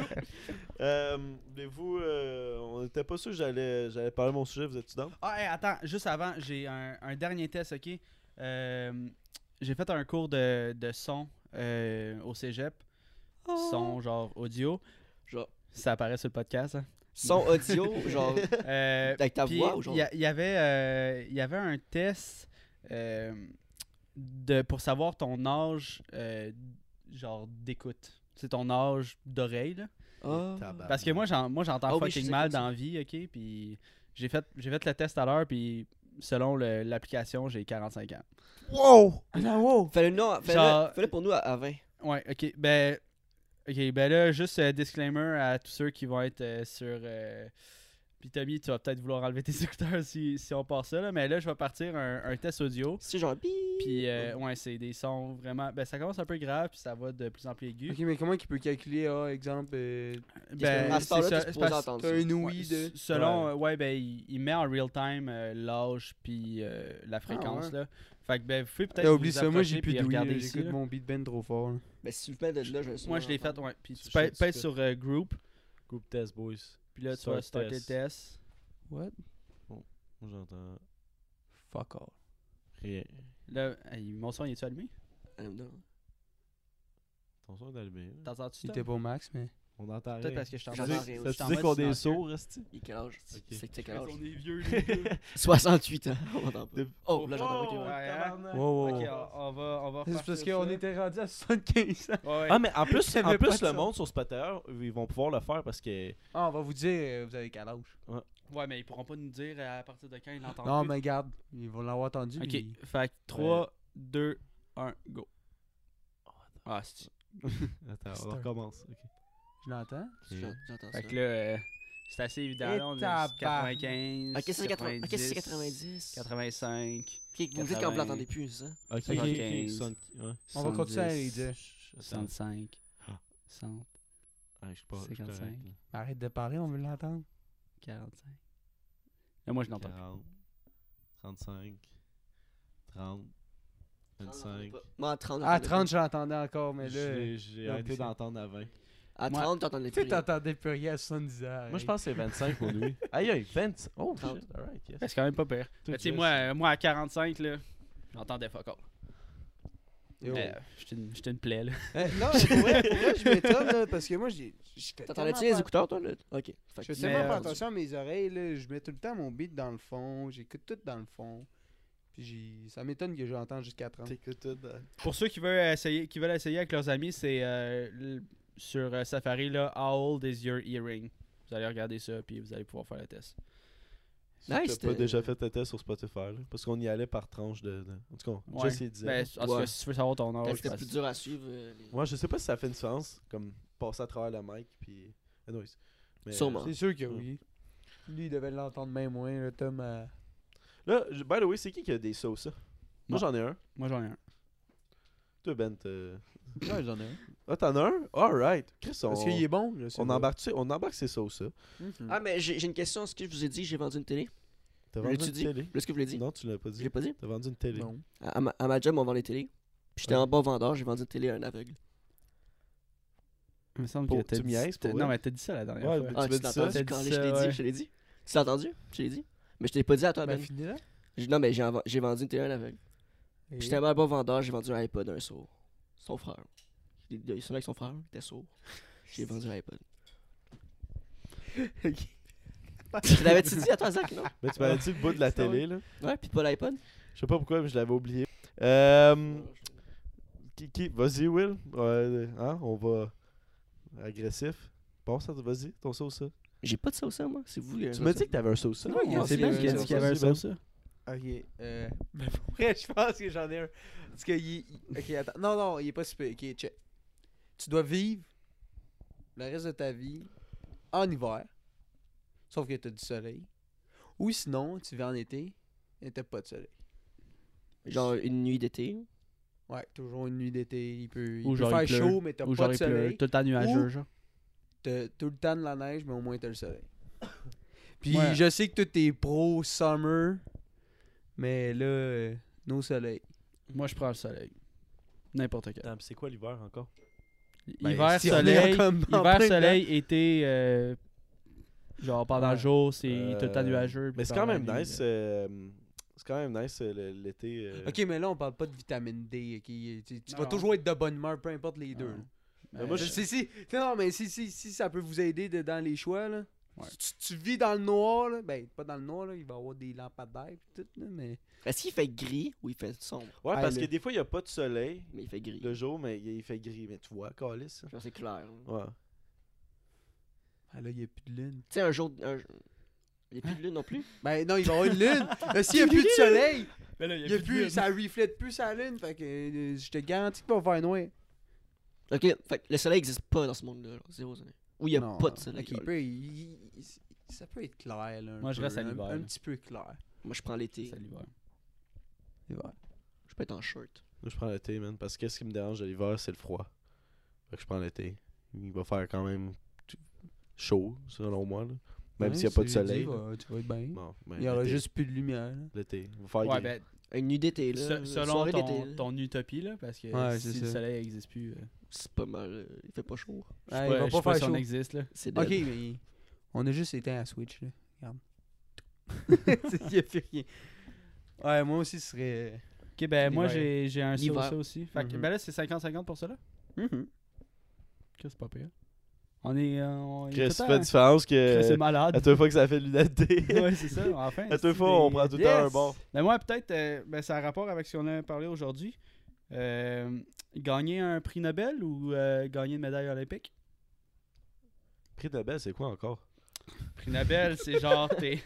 [SPEAKER 1] euh, Voulez-vous. euh, on n'était pas sûr que j'allais j'allais parler de mon sujet, vous êtes-tu dans?
[SPEAKER 3] Ah, hey, attends, juste avant, j'ai un, un dernier test, ok? Euh, j'ai fait un cours de, de son euh, au cégep.
[SPEAKER 2] Oh.
[SPEAKER 3] Son, genre audio.
[SPEAKER 2] Genre,
[SPEAKER 3] Ça apparaît sur le podcast. hein.
[SPEAKER 2] son audio, genre,
[SPEAKER 3] Euh,
[SPEAKER 2] avec ta
[SPEAKER 3] puis,
[SPEAKER 2] voix ou
[SPEAKER 3] il
[SPEAKER 2] genre.
[SPEAKER 3] y a- il y, avait, euh, il y avait un test euh, de, pour savoir ton âge, euh, genre d'écoute. C'est ton âge d'oreille, là.
[SPEAKER 2] Ah.
[SPEAKER 1] Tabarnak.
[SPEAKER 3] Parce que moi, j'en- moi j'entends
[SPEAKER 2] Ah oui, je
[SPEAKER 3] fucking
[SPEAKER 2] sais
[SPEAKER 3] mal
[SPEAKER 2] comme ça.
[SPEAKER 3] dans la vie, ok? Puis j'ai fait, j'ai fait le test à l'heure, puis selon le- l'application, j'ai 45 ans.
[SPEAKER 1] Wow!
[SPEAKER 4] Attends, wow!
[SPEAKER 2] Fais-le Oh, non, fais-le
[SPEAKER 3] Genre-
[SPEAKER 2] fais-le pour nous à, à 20.
[SPEAKER 3] Ouais, ok. Ben, ok, ben là, juste euh, disclaimer à tous ceux qui vont être euh, sur. euh, Puis Tommy, tu vas peut-être vouloir enlever tes écouteurs si, si on part ça, là, mais là, je vais partir un, un test audio.
[SPEAKER 2] C'est genre bip.
[SPEAKER 3] Puis, euh, ouais, c'est des sons vraiment. Ben, ça commence un peu grave, puis ça va de plus en plus aigu.
[SPEAKER 4] Ok, mais comment il peut calculer, ah, exemple, euh,
[SPEAKER 3] Ben,
[SPEAKER 2] à ce temps-là,
[SPEAKER 3] c'est
[SPEAKER 2] t'es
[SPEAKER 3] ça-
[SPEAKER 2] supposé
[SPEAKER 3] parce-
[SPEAKER 2] entendre
[SPEAKER 4] t'as
[SPEAKER 2] ça.
[SPEAKER 4] un
[SPEAKER 3] Ouais,
[SPEAKER 4] ouïe de.
[SPEAKER 3] s- selon, euh, ouais, ben, il, il met en real time euh, l'âge puis euh, la fréquence,
[SPEAKER 4] Ah, ouais.
[SPEAKER 3] là. Fait que, ben, vous pouvez peut-être.
[SPEAKER 4] T'as
[SPEAKER 3] vous
[SPEAKER 4] oublié Eh, ça, moi j'ai
[SPEAKER 3] approcher
[SPEAKER 4] plus
[SPEAKER 3] puis
[SPEAKER 4] d'ouïe,
[SPEAKER 3] regarder
[SPEAKER 4] là,
[SPEAKER 3] ici,
[SPEAKER 4] j'écoute euh,
[SPEAKER 3] là.
[SPEAKER 4] mon beat ben trop fort. là.
[SPEAKER 2] Ben, si tu fais de là, je vais
[SPEAKER 3] Moi, je l'ai fait,
[SPEAKER 2] entendre.
[SPEAKER 3] ouais. Puis tu
[SPEAKER 1] Tu
[SPEAKER 3] pè-
[SPEAKER 1] sais, tu
[SPEAKER 3] pèses
[SPEAKER 1] fais.
[SPEAKER 3] sur euh, group,
[SPEAKER 1] Group test, boys.
[SPEAKER 3] puis là, tu
[SPEAKER 1] Start
[SPEAKER 3] vas starter le
[SPEAKER 1] test.
[SPEAKER 3] test.
[SPEAKER 4] What?
[SPEAKER 1] Moi, j'entends
[SPEAKER 4] Fuck off.
[SPEAKER 1] rien.
[SPEAKER 3] Là, hey, mon son, il est-tu allumé?
[SPEAKER 2] Ah, non.
[SPEAKER 1] Ton son est allumé. là.
[SPEAKER 3] T'entends-tu?
[SPEAKER 4] Il
[SPEAKER 3] Tom?
[SPEAKER 4] était pas max, mais.
[SPEAKER 1] On entend
[SPEAKER 3] Peut-être
[SPEAKER 1] rien.
[SPEAKER 3] parce que je t'entends.
[SPEAKER 2] J'entends rien.
[SPEAKER 1] Ça,
[SPEAKER 3] je suis en
[SPEAKER 1] tu dis
[SPEAKER 3] mode
[SPEAKER 1] qu'on est
[SPEAKER 3] silencieux.
[SPEAKER 1] sourds, Resti?
[SPEAKER 2] Il est quel âge C'est c'est quel âge
[SPEAKER 3] On est vieux,
[SPEAKER 2] 68 ans. On va t'en parler.
[SPEAKER 1] De-
[SPEAKER 2] Oh, là, j'entends
[SPEAKER 3] Oh,
[SPEAKER 2] quelqu'un.
[SPEAKER 3] tabarnak.
[SPEAKER 1] Wow, wow,
[SPEAKER 3] Ok,
[SPEAKER 1] wow.
[SPEAKER 3] on, on va. On va
[SPEAKER 4] hein? Oh. C'est
[SPEAKER 3] repartir
[SPEAKER 4] parce
[SPEAKER 3] ça.
[SPEAKER 4] qu'on était rendu à 75 ans.
[SPEAKER 3] Ouais, ouais.
[SPEAKER 1] Ah, mais en plus,
[SPEAKER 4] J'avais
[SPEAKER 1] en
[SPEAKER 4] pas
[SPEAKER 1] plus
[SPEAKER 4] de
[SPEAKER 1] le
[SPEAKER 4] son.
[SPEAKER 1] monde sur Spotify, ils vont pouvoir le faire parce que.
[SPEAKER 4] Ah, on va vous dire, euh, vous avez quel âge.
[SPEAKER 3] Ouais, mais ils pourront pas nous dire euh, à partir de quand ils l'entendent.
[SPEAKER 4] Non,
[SPEAKER 3] plus.
[SPEAKER 4] mais garde, ils vont l'avoir entendu.
[SPEAKER 3] Ok,
[SPEAKER 4] puis-
[SPEAKER 3] fait que 3, 2, 1, go.
[SPEAKER 4] Oh,
[SPEAKER 3] Ah, c'est
[SPEAKER 1] Attends,
[SPEAKER 4] C'est
[SPEAKER 1] on
[SPEAKER 4] un-
[SPEAKER 1] recommence. ok.
[SPEAKER 4] Je l'entends.
[SPEAKER 2] J'en- J'entends ça.
[SPEAKER 3] Hmm. Fait que là, euh, c'est assez évident.
[SPEAKER 4] Et
[SPEAKER 3] là, on est
[SPEAKER 4] tabarnak.
[SPEAKER 3] 95.
[SPEAKER 2] Ok, c'est 80 ok, c'est
[SPEAKER 3] 90.
[SPEAKER 2] 90.
[SPEAKER 3] 85.
[SPEAKER 2] Ok, vous me dites qu'on
[SPEAKER 3] 80.
[SPEAKER 2] l'entendait plus, c'est ça
[SPEAKER 1] Ok, ok,
[SPEAKER 3] Ok.
[SPEAKER 1] ok, soixante- ouais.
[SPEAKER 4] On va continuer à les
[SPEAKER 3] 70,
[SPEAKER 4] dire.
[SPEAKER 3] 65.
[SPEAKER 1] Ah.
[SPEAKER 3] 100.
[SPEAKER 1] Ouais, Ah, je suis pas- je suis
[SPEAKER 3] 55.
[SPEAKER 1] correct, là.
[SPEAKER 4] Arrête de parler, on veut l'entendre.
[SPEAKER 3] 45. Là, moi, je n'entends pas.
[SPEAKER 1] 40, 35, 30, 25.
[SPEAKER 2] Moi, à 30.
[SPEAKER 4] À
[SPEAKER 2] j'entendais
[SPEAKER 4] 30,
[SPEAKER 2] plus.
[SPEAKER 4] Ah, je l'entendais encore, mais
[SPEAKER 1] Je
[SPEAKER 4] là.
[SPEAKER 1] l'ai- J'ai
[SPEAKER 4] non,
[SPEAKER 1] arrêté
[SPEAKER 4] mais c'est-
[SPEAKER 1] d'entendre à 20.
[SPEAKER 2] À
[SPEAKER 3] Moi-
[SPEAKER 2] 30, t'entendais
[SPEAKER 4] Tu sais,
[SPEAKER 2] plus. rien.
[SPEAKER 4] t'entendais plus rien à 70 ans.
[SPEAKER 1] Moi, je pense que c'est 25 pour lui. Aïe, aïe, 20. Oh, shit. Alright, yes.
[SPEAKER 3] C'est quand même pas pire. Mais tu sais, moi, euh, moi, à 45, là, j'entendais fuck all.
[SPEAKER 4] Yo.
[SPEAKER 3] Euh, J'étais une, j'étais une plaie, là.
[SPEAKER 4] Eh, non, mais pour vrai, pour vrai, je m'étonne, là, parce que moi, j'ai. j'étais
[SPEAKER 2] T'entendais-tu
[SPEAKER 4] tellement
[SPEAKER 2] les
[SPEAKER 4] pas-
[SPEAKER 2] écouteurs, toi là? Ok. Fait
[SPEAKER 4] Je
[SPEAKER 2] que-
[SPEAKER 4] fais tellement
[SPEAKER 3] Mais,
[SPEAKER 4] pas
[SPEAKER 3] euh,
[SPEAKER 4] attention à mes oreilles, là. Je mets tout le temps mon beat dans le fond, j'écoute tout dans le fond. Puis j'ai- ça m'étonne que j'entende jusqu'à 30.
[SPEAKER 1] T'écoutes tout. dans-
[SPEAKER 3] Pour ceux qui veulent essayer, qui veulent essayer avec leurs amis, c'est euh, l- sur euh, Safari, là, How old is your earring? Vous allez regarder ça, puis vous allez pouvoir faire le test.
[SPEAKER 1] J'ai
[SPEAKER 2] Nice.
[SPEAKER 1] pas
[SPEAKER 2] t'es-
[SPEAKER 1] déjà fait le test sur Spotify. là, parce qu'on y allait par tranche de. de- En tout cas, on-
[SPEAKER 3] Ouais.
[SPEAKER 1] Jess il disait.
[SPEAKER 3] Ben, en tout cas,
[SPEAKER 2] Ouais.
[SPEAKER 3] si tu veux savoir ton
[SPEAKER 2] t'as-
[SPEAKER 3] âge,
[SPEAKER 2] C'était
[SPEAKER 3] parce-
[SPEAKER 2] plus dur à suivre. euh, les-
[SPEAKER 1] Moi, je sais pas si ça fait une différence, comme passer à travers le mic, puis. Anyways. Mais, euh,
[SPEAKER 2] Sûrement.
[SPEAKER 4] C'est sûr que
[SPEAKER 1] Ouais.
[SPEAKER 4] oui. Lui, il devait l'entendre même moins, le Tom. euh,
[SPEAKER 1] Là, je- by the way, c'est qui qui a des sauces ça? Moi,
[SPEAKER 3] Moi.
[SPEAKER 1] j'en ai un.
[SPEAKER 3] moi j'en ai un.
[SPEAKER 1] Toi, Ben, t'as-
[SPEAKER 4] Ouais, j'en ai un.
[SPEAKER 1] Ah, t'en as un? Alright. Chris, on.
[SPEAKER 4] Parce qu'il est bon, je sais
[SPEAKER 1] on
[SPEAKER 4] pas.
[SPEAKER 1] embarque, tu- on embarque ces sauces là.
[SPEAKER 4] Mhm.
[SPEAKER 2] Ah, mais j'ai j'ai une question. Est-ce que je vous ai dit que j'ai vendu une télé
[SPEAKER 1] T'as
[SPEAKER 2] L'as-tu
[SPEAKER 1] vendu une
[SPEAKER 2] dit?
[SPEAKER 1] télé?
[SPEAKER 2] Est-ce que vous l'avez dit
[SPEAKER 1] Non, tu l'as pas
[SPEAKER 2] Je
[SPEAKER 1] dit.
[SPEAKER 2] l'ai pas dit.
[SPEAKER 1] T'as vendu une télé.
[SPEAKER 4] Non.
[SPEAKER 2] À, à ma, à ma job, on vend les télés. Puis j'étais
[SPEAKER 1] Ouais.
[SPEAKER 2] un bon vendeur, j'ai vendu une télé à un aveugle.
[SPEAKER 3] Il me semble
[SPEAKER 1] Pour-
[SPEAKER 3] que t'as
[SPEAKER 1] tu me
[SPEAKER 3] dit-
[SPEAKER 1] niaises, pour
[SPEAKER 3] t'as-
[SPEAKER 1] vrai?
[SPEAKER 3] Non, mais t'as dit ça la dernière
[SPEAKER 1] Ouais,
[SPEAKER 3] fois.
[SPEAKER 1] mais-
[SPEAKER 2] Ah,
[SPEAKER 1] tu
[SPEAKER 2] tu
[SPEAKER 1] m'as
[SPEAKER 2] t'as
[SPEAKER 1] dit ça?
[SPEAKER 2] entendu
[SPEAKER 3] T'as dit
[SPEAKER 2] quand je
[SPEAKER 3] ça,
[SPEAKER 2] l'ai
[SPEAKER 3] ouais.
[SPEAKER 2] dit, je l'ai dit. Tu l'as entendu Je l'ai dit. Mais je t'ai pas dit à toi,
[SPEAKER 4] Ben,
[SPEAKER 2] Ben.
[SPEAKER 4] finis là.
[SPEAKER 2] J'ai- Non, mais j'ai env- j'ai vendu une télé à un aveugle. Puis J'étais un bon vendeur, j'ai vendu un iPod à un sourd. Son frère. Il il sonnait avec son frère, il était sourd. J'ai vendu un iPod. Tu l'avais-tu dit à toi, Zach, non
[SPEAKER 1] Mais tu m'avais dit le bout de la
[SPEAKER 4] C'est vrai.
[SPEAKER 1] télé, là.
[SPEAKER 2] Ouais, puis pas l'iPod.
[SPEAKER 1] Je sais pas pourquoi, mais je l'avais oublié. Euh, qui, qui- Vas-y, Will. Ouais, hein, on va. Agressif. Bon, ça, vas-y, ton sauce. ça.
[SPEAKER 2] J'ai pas de sauce, moi, c'est vous.
[SPEAKER 1] Tu m'as dit que t'avais un sauce. ça.
[SPEAKER 3] Non,
[SPEAKER 4] il y a-
[SPEAKER 3] c'est
[SPEAKER 4] c'est-
[SPEAKER 3] Ben qui a
[SPEAKER 4] c'est-
[SPEAKER 3] dit qu'il y avait un
[SPEAKER 1] c'est-
[SPEAKER 3] sauce. ça.
[SPEAKER 4] Ok, euh, mais pour vrai, je pense que j'en ai un. Parce que, il- il- ok, attends. Non, non, il est pas super. Ok, check. Tu dois vivre le reste de ta vie en hiver, sauf que t'as du soleil. Ou sinon, tu vas en été et t'as pas de soleil.
[SPEAKER 2] Genre une nuit d'été.
[SPEAKER 4] Ouais, toujours une nuit d'été, il peut, il
[SPEAKER 3] Ou
[SPEAKER 4] peut
[SPEAKER 3] genre,
[SPEAKER 4] faire
[SPEAKER 3] il pleut.
[SPEAKER 4] chaud, mais t'as pas
[SPEAKER 3] Ou genre
[SPEAKER 4] de
[SPEAKER 3] il pleut
[SPEAKER 4] soleil.
[SPEAKER 3] tout le temps nuageux,
[SPEAKER 4] Ou-
[SPEAKER 3] genre.
[SPEAKER 4] T'as tout le temps de la neige, mais au moins t'as le soleil. Puis
[SPEAKER 3] Ouais.
[SPEAKER 4] je sais que tout est pro summer, mais là, euh, no soleil.
[SPEAKER 3] Moi je prends le soleil. N'importe quel.
[SPEAKER 1] Attends, pis c'est quoi l'hiver encore Ben,
[SPEAKER 3] Hiver,
[SPEAKER 4] si on est
[SPEAKER 3] soleil,
[SPEAKER 4] comme en
[SPEAKER 3] hiver,
[SPEAKER 4] plein
[SPEAKER 3] soleil, été, euh, genre pendant
[SPEAKER 1] Ouais.
[SPEAKER 3] le jour, c'est tout le
[SPEAKER 1] Euh,
[SPEAKER 3] temps nuageux. puis
[SPEAKER 1] Mais c'est quand
[SPEAKER 3] pendant
[SPEAKER 1] même
[SPEAKER 3] la nuit,
[SPEAKER 1] nice.
[SPEAKER 3] là.
[SPEAKER 1] euh, C'est quand même nice euh, le- l'été. euh.
[SPEAKER 4] Ok, mais là, on parle pas de vitamine D. ok? Tu, tu
[SPEAKER 3] Non,
[SPEAKER 4] vas
[SPEAKER 3] non.
[SPEAKER 4] toujours être de bonne humeur, peu importe les
[SPEAKER 3] Ah.
[SPEAKER 4] deux.
[SPEAKER 1] Mais moi,
[SPEAKER 3] Euh,
[SPEAKER 1] je-
[SPEAKER 4] Si, si, non, mais si, si, si ça peut vous aider de- dans les choix, là.
[SPEAKER 3] Ouais.
[SPEAKER 4] Tu, tu vis dans le noir, là. Ben, pas dans le noir, là. Il va y avoir des lampadaires et tout, là, mais.
[SPEAKER 2] Est-ce qu'il fait gris ou il fait sombre
[SPEAKER 1] Ouais,
[SPEAKER 4] Ah,
[SPEAKER 1] parce
[SPEAKER 4] le-
[SPEAKER 1] que des fois, il n'y a pas de soleil
[SPEAKER 2] Mais il fait gris.
[SPEAKER 1] le jour, mais il il fait gris. Mais tu vois, Calis.
[SPEAKER 2] Genre, c'est clair. là.
[SPEAKER 1] Ouais.
[SPEAKER 4] Ah, là, il n'y a plus de lune.
[SPEAKER 2] Tu sais, un jour. un- Il n'y a plus
[SPEAKER 3] Hein?
[SPEAKER 2] de lune non plus.
[SPEAKER 4] Ben, non, il va y avoir une lune. Là, S'il n'y a plus de soleil,
[SPEAKER 3] Mais là,
[SPEAKER 4] il y a plus, ça reflète plus sa lune. Fait que euh, je te garantis qu'il va faire noir.
[SPEAKER 2] Ok, fait que le soleil n'existe pas dans ce monde-là. genre, Zéro soleil. Ou il n'y a
[SPEAKER 4] Non,
[SPEAKER 2] pas de soleil.
[SPEAKER 4] ok, il peut- il- il- il- ça peut être clair, là. un
[SPEAKER 3] Moi, je
[SPEAKER 4] peu,
[SPEAKER 3] reste à
[SPEAKER 4] un-
[SPEAKER 3] l'hiver,
[SPEAKER 4] Un
[SPEAKER 3] là.
[SPEAKER 4] petit peu clair.
[SPEAKER 2] Moi, je prends l'été.
[SPEAKER 3] C'est l'hiver.
[SPEAKER 4] L'hiver.
[SPEAKER 2] Je peux être en shirt.
[SPEAKER 1] Moi, je prends l'été, man. Parce que qu'est-ce qui me dérange de l'hiver, c'est le froid. Fait que je prends l'été. Il va faire quand même t- chaud, selon moi. là. Même s'il n'y a pas de soleil.
[SPEAKER 4] Tu
[SPEAKER 1] là.
[SPEAKER 4] vas, tu vas être bien.
[SPEAKER 1] Bon, ben,
[SPEAKER 4] Il y aura
[SPEAKER 1] l'été.
[SPEAKER 4] juste plus de lumière. là.
[SPEAKER 1] L'été. Il va faire
[SPEAKER 3] Ouais,
[SPEAKER 1] gris.
[SPEAKER 3] ben,
[SPEAKER 2] Une nuit d'été, là.
[SPEAKER 3] se-
[SPEAKER 2] une
[SPEAKER 3] selon
[SPEAKER 2] soirée d'été,
[SPEAKER 3] ton,
[SPEAKER 2] là.
[SPEAKER 3] ton utopie, là, parce que
[SPEAKER 4] Ouais, c'est
[SPEAKER 3] si le
[SPEAKER 4] ça.
[SPEAKER 3] soleil n'existe plus, euh,
[SPEAKER 2] C'est pas mal. euh, Il fait pas chaud.
[SPEAKER 3] je sais
[SPEAKER 4] Ouais, Ah, il va
[SPEAKER 3] pas, je
[SPEAKER 4] pas
[SPEAKER 3] sais pas
[SPEAKER 4] faire
[SPEAKER 3] si on
[SPEAKER 4] chaud.
[SPEAKER 3] existe, là.
[SPEAKER 2] C'est dead.
[SPEAKER 4] Ok, mais on a juste éteint la Switch, là. Regarde. Il n'y a plus rien. Ouais, moi aussi, ce serait.
[SPEAKER 3] Ok, ben moi
[SPEAKER 4] L'hiver.
[SPEAKER 3] j'ai j'ai un ça
[SPEAKER 2] L'hiver.
[SPEAKER 3] ça aussi. Fait que,
[SPEAKER 4] Mhm.
[SPEAKER 3] ben là, c'est 50-50 pour ça, là.
[SPEAKER 4] Mhm.
[SPEAKER 3] Ok, c'est pas pire. On est. euh, on est
[SPEAKER 1] Chris,
[SPEAKER 3] tout
[SPEAKER 1] ça
[SPEAKER 3] le
[SPEAKER 1] fait
[SPEAKER 3] temps-
[SPEAKER 1] différence
[SPEAKER 3] Chris, c'est
[SPEAKER 1] que. À
[SPEAKER 3] malade.
[SPEAKER 1] deux fois que ça fait l'unité.
[SPEAKER 3] ouais, c'est ça, enfin.
[SPEAKER 1] À deux
[SPEAKER 3] c'est
[SPEAKER 1] fois, on
[SPEAKER 3] des-
[SPEAKER 1] prend tout le
[SPEAKER 4] Yes!
[SPEAKER 1] temps un bord.
[SPEAKER 3] Mais moi, peut-être, euh, ben, ça a rapport avec ce qu'on a parlé aujourd'hui. Euh, gagner un prix Nobel ou euh, gagner une médaille olympique?
[SPEAKER 1] Prix de Nobel, c'est quoi encore
[SPEAKER 3] Prix Nobel, c'est genre, t'es...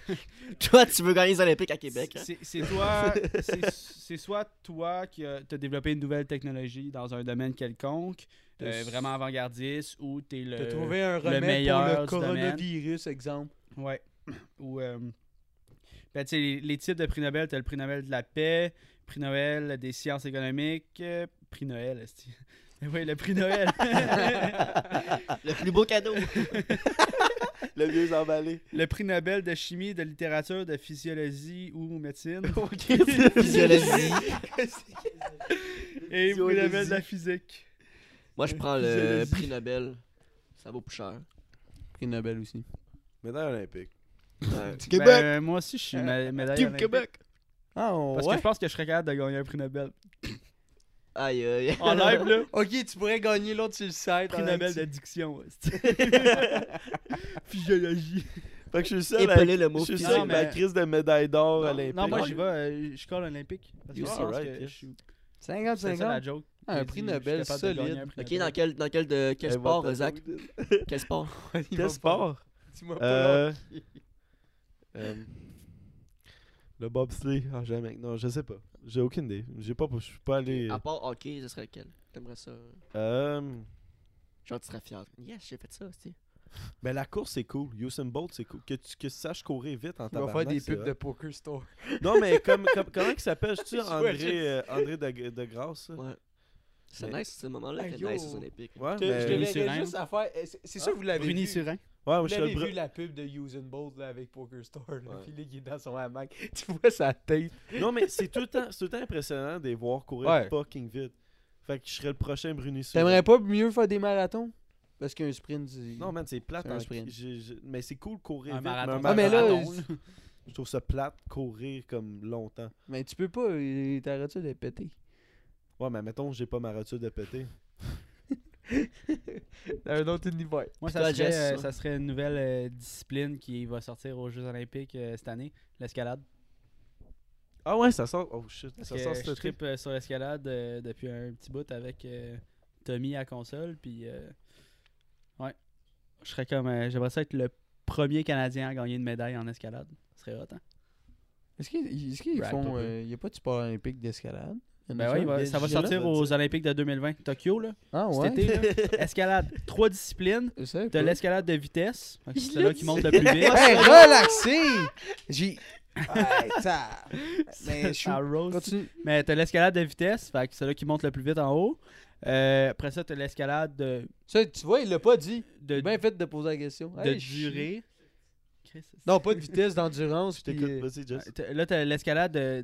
[SPEAKER 2] Toi, tu veux gagner les Olympiques à Québec. hein?
[SPEAKER 3] C'est c'est toi, c'est- c'est soit toi qui as t'as développé une nouvelle technologie dans un domaine quelconque,
[SPEAKER 4] T'as
[SPEAKER 3] euh,
[SPEAKER 4] s-
[SPEAKER 3] vraiment avant-gardiste, ou t'es le...
[SPEAKER 4] T'as trouvé un remède pour
[SPEAKER 3] meilleur
[SPEAKER 4] le
[SPEAKER 3] du
[SPEAKER 4] coronavirus, exemple.
[SPEAKER 3] Ouais. Ou, euh, ben, tu sais, les, les types de prix Nobel, t'as le prix Nobel de la paix, prix Nobel des sciences économiques, euh, prix Noël, esti. Eh Oui, le prix Noël.
[SPEAKER 2] Le plus beau cadeau.
[SPEAKER 1] Le vieux emballé.
[SPEAKER 3] le prix Nobel de chimie, de littérature, de physiologie ou médecine.
[SPEAKER 2] Physiologie.
[SPEAKER 3] Et le prix Nobel de la physique.
[SPEAKER 2] Moi, je prends le
[SPEAKER 1] Physiologie.
[SPEAKER 2] prix Nobel. Ça vaut plus cher.
[SPEAKER 4] Prix Nobel aussi.
[SPEAKER 1] Médaille olympique.
[SPEAKER 2] Ouais.
[SPEAKER 3] Ben, euh, moi aussi, je suis ma- médaille
[SPEAKER 2] Team
[SPEAKER 3] olympique.
[SPEAKER 2] Québec.
[SPEAKER 4] Ah, on-
[SPEAKER 3] Parce que
[SPEAKER 4] ouais.
[SPEAKER 3] je pense que je serais capable de gagner un prix Nobel.
[SPEAKER 2] Aïe, aïe.
[SPEAKER 3] En live, là.
[SPEAKER 4] Ok, tu pourrais gagner l'autre sur le site.
[SPEAKER 3] Prix
[SPEAKER 4] en
[SPEAKER 3] Nobel
[SPEAKER 4] actif.
[SPEAKER 3] d'addiction. Physiologie.
[SPEAKER 1] Fait que je suis seul
[SPEAKER 4] ben,
[SPEAKER 1] avec,
[SPEAKER 2] Épeler le
[SPEAKER 1] je
[SPEAKER 2] mot
[SPEAKER 1] suis
[SPEAKER 3] Non,
[SPEAKER 1] seul avec ma
[SPEAKER 3] mais-
[SPEAKER 1] crise de médaille d'or
[SPEAKER 3] Non,
[SPEAKER 1] olympique.
[SPEAKER 3] non, moi, j'y vais. euh, je colle olympique. Parce que
[SPEAKER 1] You're
[SPEAKER 3] je pense
[SPEAKER 1] alright,
[SPEAKER 3] que
[SPEAKER 1] yes.
[SPEAKER 3] je suis C'est ça la
[SPEAKER 4] 50-50.
[SPEAKER 3] joke.
[SPEAKER 4] Ah, un
[SPEAKER 3] J'ai
[SPEAKER 4] prix
[SPEAKER 3] dit, je suis
[SPEAKER 4] Nobel
[SPEAKER 3] capable de gagner
[SPEAKER 4] solide.
[SPEAKER 3] un prix
[SPEAKER 2] Ok,
[SPEAKER 3] Nobel.
[SPEAKER 2] dans quel, dans quel, de, quel
[SPEAKER 1] Eh,
[SPEAKER 2] sport,
[SPEAKER 1] va-t'en,
[SPEAKER 2] Zach Quel sport
[SPEAKER 4] Il va
[SPEAKER 1] Quel
[SPEAKER 4] pas-
[SPEAKER 1] sport
[SPEAKER 4] Dis-moi pas.
[SPEAKER 1] Euh. euh, Le bobsleigh Ah, en Jamaïque. Non, je sais pas. J'ai aucune idée. J'ai pas, je suis pas allé.
[SPEAKER 2] À part hockey, ce serait lequel T'aimerais ça euh,
[SPEAKER 1] Euh,
[SPEAKER 2] Genre, tu serais fier. Yes, j'ai fait ça, aussi.
[SPEAKER 1] Mais Ben, la course, c'est cool. Usain Bolt, c'est cool. Que tu que tu saches courir vite en
[SPEAKER 4] Tu vas faire
[SPEAKER 1] tabarnak,
[SPEAKER 4] des
[SPEAKER 1] c'est
[SPEAKER 4] pubs
[SPEAKER 1] hot.
[SPEAKER 4] de Poker Store.
[SPEAKER 1] Non, mais comme, comme- comment il s'appelle? Je
[SPEAKER 4] Je
[SPEAKER 1] tu
[SPEAKER 4] vois,
[SPEAKER 1] André, euh, André de, de Grasse? ça?
[SPEAKER 2] Ouais. C'est
[SPEAKER 1] Mais-
[SPEAKER 2] nice, ce moment-là,
[SPEAKER 4] Hey,
[SPEAKER 2] c'est
[SPEAKER 4] yo.
[SPEAKER 2] nice aux Olympiques.
[SPEAKER 1] Ouais,
[SPEAKER 4] Je
[SPEAKER 1] mais-
[SPEAKER 4] te
[SPEAKER 3] Bruni
[SPEAKER 4] verrais
[SPEAKER 3] Surin.
[SPEAKER 4] juste à faire. eh, C'est c'est sûr que vous l'avez
[SPEAKER 3] Bruni
[SPEAKER 4] vu.
[SPEAKER 3] Surin.
[SPEAKER 1] ouais, moi,
[SPEAKER 4] Vous
[SPEAKER 1] je suis le
[SPEAKER 4] l'avez
[SPEAKER 1] bra-
[SPEAKER 4] vu la pub de Usain Bolt là, avec Poker Store. Là,
[SPEAKER 1] Ouais.
[SPEAKER 4] Puis là, il est dans son hamac. Tu vois sa tête.
[SPEAKER 1] Non, mais c'est tout, le temps- c'est tout le temps impressionnant de les voir courir
[SPEAKER 4] Ouais.
[SPEAKER 1] fucking vite. Fait que je serais le prochain Bruni Surin.
[SPEAKER 4] T'aimerais pas mieux faire des marathons Parce qu'un sprint. du-
[SPEAKER 1] Non, man, c'est plate.
[SPEAKER 4] C'est un
[SPEAKER 1] en-
[SPEAKER 4] sprint.
[SPEAKER 1] j'ai- j'ai- Mais c'est cool courir
[SPEAKER 3] Un
[SPEAKER 1] vite. mais
[SPEAKER 3] marathon.
[SPEAKER 1] un
[SPEAKER 4] Ah, mais là,
[SPEAKER 1] marathon,
[SPEAKER 4] c'est-
[SPEAKER 1] je trouve ça plate courir comme longtemps.
[SPEAKER 4] Mais tu peux pas. euh, T'arrêtes-tu de péter
[SPEAKER 1] Ouais, mais mettons, j'ai pas ma rotule de péter.
[SPEAKER 4] Dans un autre univers.
[SPEAKER 2] Toi,
[SPEAKER 3] Moi, ça serait,
[SPEAKER 2] Jess,
[SPEAKER 3] euh,
[SPEAKER 2] ça.
[SPEAKER 3] ça serait une nouvelle euh, discipline qui va sortir aux Jeux Olympiques euh, cette année, l'escalade.
[SPEAKER 1] Ah ouais, ça sort. Oh shit,
[SPEAKER 3] Parce
[SPEAKER 1] ça
[SPEAKER 3] que
[SPEAKER 1] sort
[SPEAKER 3] je
[SPEAKER 1] ce trip.
[SPEAKER 3] trippe euh, sur l'escalade euh, depuis un petit bout avec euh, Tommy à console, puis euh, ouais, je serais comme, euh, j'aimerais ça être le premier Canadien à gagner une médaille en escalade. Ce serait hot, hein?
[SPEAKER 4] Est-ce qu'ils est-ce qu'ils
[SPEAKER 3] Brad
[SPEAKER 4] font.
[SPEAKER 3] Pitt.
[SPEAKER 4] Il n'y a pas de sport olympique d'escalade Y en a
[SPEAKER 3] Ben
[SPEAKER 4] ça?
[SPEAKER 3] oui, ouais, ça va
[SPEAKER 1] j'ai l'air
[SPEAKER 3] sortir
[SPEAKER 1] de
[SPEAKER 3] aux Olympiques de 2020, Tokyo, là.
[SPEAKER 4] Ah
[SPEAKER 3] cet
[SPEAKER 4] ouais.
[SPEAKER 3] été, là. escalade, trois disciplines.
[SPEAKER 4] Je savais
[SPEAKER 3] T'as
[SPEAKER 4] pas.
[SPEAKER 3] l'escalade de vitesse, fait que
[SPEAKER 2] Il
[SPEAKER 3] c'est
[SPEAKER 2] l'a
[SPEAKER 3] celle-là qui
[SPEAKER 2] dit.
[SPEAKER 3] monte le plus vite.
[SPEAKER 4] Hey, relaxé! J'ai. Ouais, ça. Mais Ben, je suis.
[SPEAKER 3] Ça roast.
[SPEAKER 4] Continue.
[SPEAKER 3] Mais t'as l'escalade de vitesse, fait que c'est là qui monte le plus vite en haut. Euh, après ça, t'as l'escalade de,
[SPEAKER 4] Ça, tu vois, il l'a pas dit.
[SPEAKER 3] de,
[SPEAKER 4] Bien fait de poser la question.
[SPEAKER 3] de
[SPEAKER 4] Hey,
[SPEAKER 3] durée. Chris, c'est-
[SPEAKER 4] Non, pas de vitesse, d'endurance.
[SPEAKER 1] Je t'écoute,
[SPEAKER 4] puis, euh,
[SPEAKER 1] vas-y, Jess.
[SPEAKER 3] Euh, t'as- Là, t'as l'escalade euh,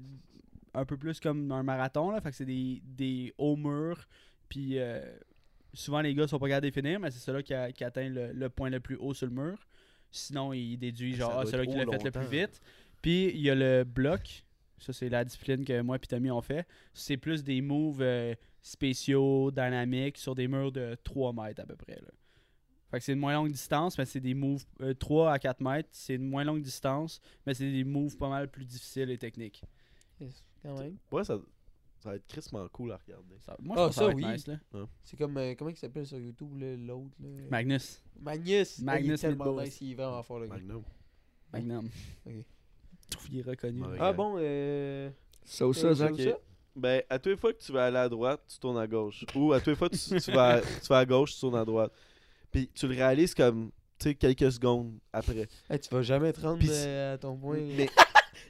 [SPEAKER 3] un peu plus comme un marathon, là, fait que c'est des, des hauts murs, puis euh, souvent les gars sont pas capables de les finir, mais c'est celui-là qui, a- qui atteint le, le point le plus haut sur le mur. Sinon, ils déduisent
[SPEAKER 1] Ça
[SPEAKER 3] genre,
[SPEAKER 1] doit
[SPEAKER 3] ah,
[SPEAKER 1] être
[SPEAKER 3] celui-là qui l'a
[SPEAKER 1] haut
[SPEAKER 3] fait le plus
[SPEAKER 1] longtemps.
[SPEAKER 3] vite. Puis il y a le bloc, ça c'est la discipline que moi et Tommy on fait. C'est plus des moves euh, spéciaux, dynamiques, sur des murs de 3 mètres à peu près. Là. Fait que c'est une moins longue distance, mais c'est des moves euh, 3 à 4 mètres. C'est une moins longue distance, mais c'est des moves pas mal plus difficiles et techniques.
[SPEAKER 4] quand même.
[SPEAKER 1] Ouais, ça, ça va être crissement cool à regarder.
[SPEAKER 3] Ça- moi,
[SPEAKER 4] Ah,
[SPEAKER 3] je pense que ça
[SPEAKER 4] ça,
[SPEAKER 3] va être
[SPEAKER 4] oui.
[SPEAKER 3] nice, là.
[SPEAKER 4] C'est comme. euh, comment il s'appelle sur YouTube, là, l'autre là?
[SPEAKER 3] Magnus.
[SPEAKER 4] Magnus. Il est
[SPEAKER 3] Magnus
[SPEAKER 4] tellement
[SPEAKER 3] Midboy.
[SPEAKER 4] nice, il est vraiment fort, le gars.
[SPEAKER 1] Magnum.
[SPEAKER 3] Magnum.
[SPEAKER 4] Ok.
[SPEAKER 3] Il est reconnu.
[SPEAKER 1] Ouais.
[SPEAKER 4] Ah bon, euh.
[SPEAKER 2] Ça ou
[SPEAKER 4] ça, Zach?
[SPEAKER 1] Ok. Ben, à toutes les fois que tu vas aller à droite, tu tournes à gauche. Ou à toutes les fois que tu, tu vas, à- tu vas à gauche, tu tournes à droite. Puis tu le réalises comme, tu sais, quelques secondes après.
[SPEAKER 4] Hey, eh, tu vas jamais te rendre
[SPEAKER 1] Puis-
[SPEAKER 4] euh, à ton point. là.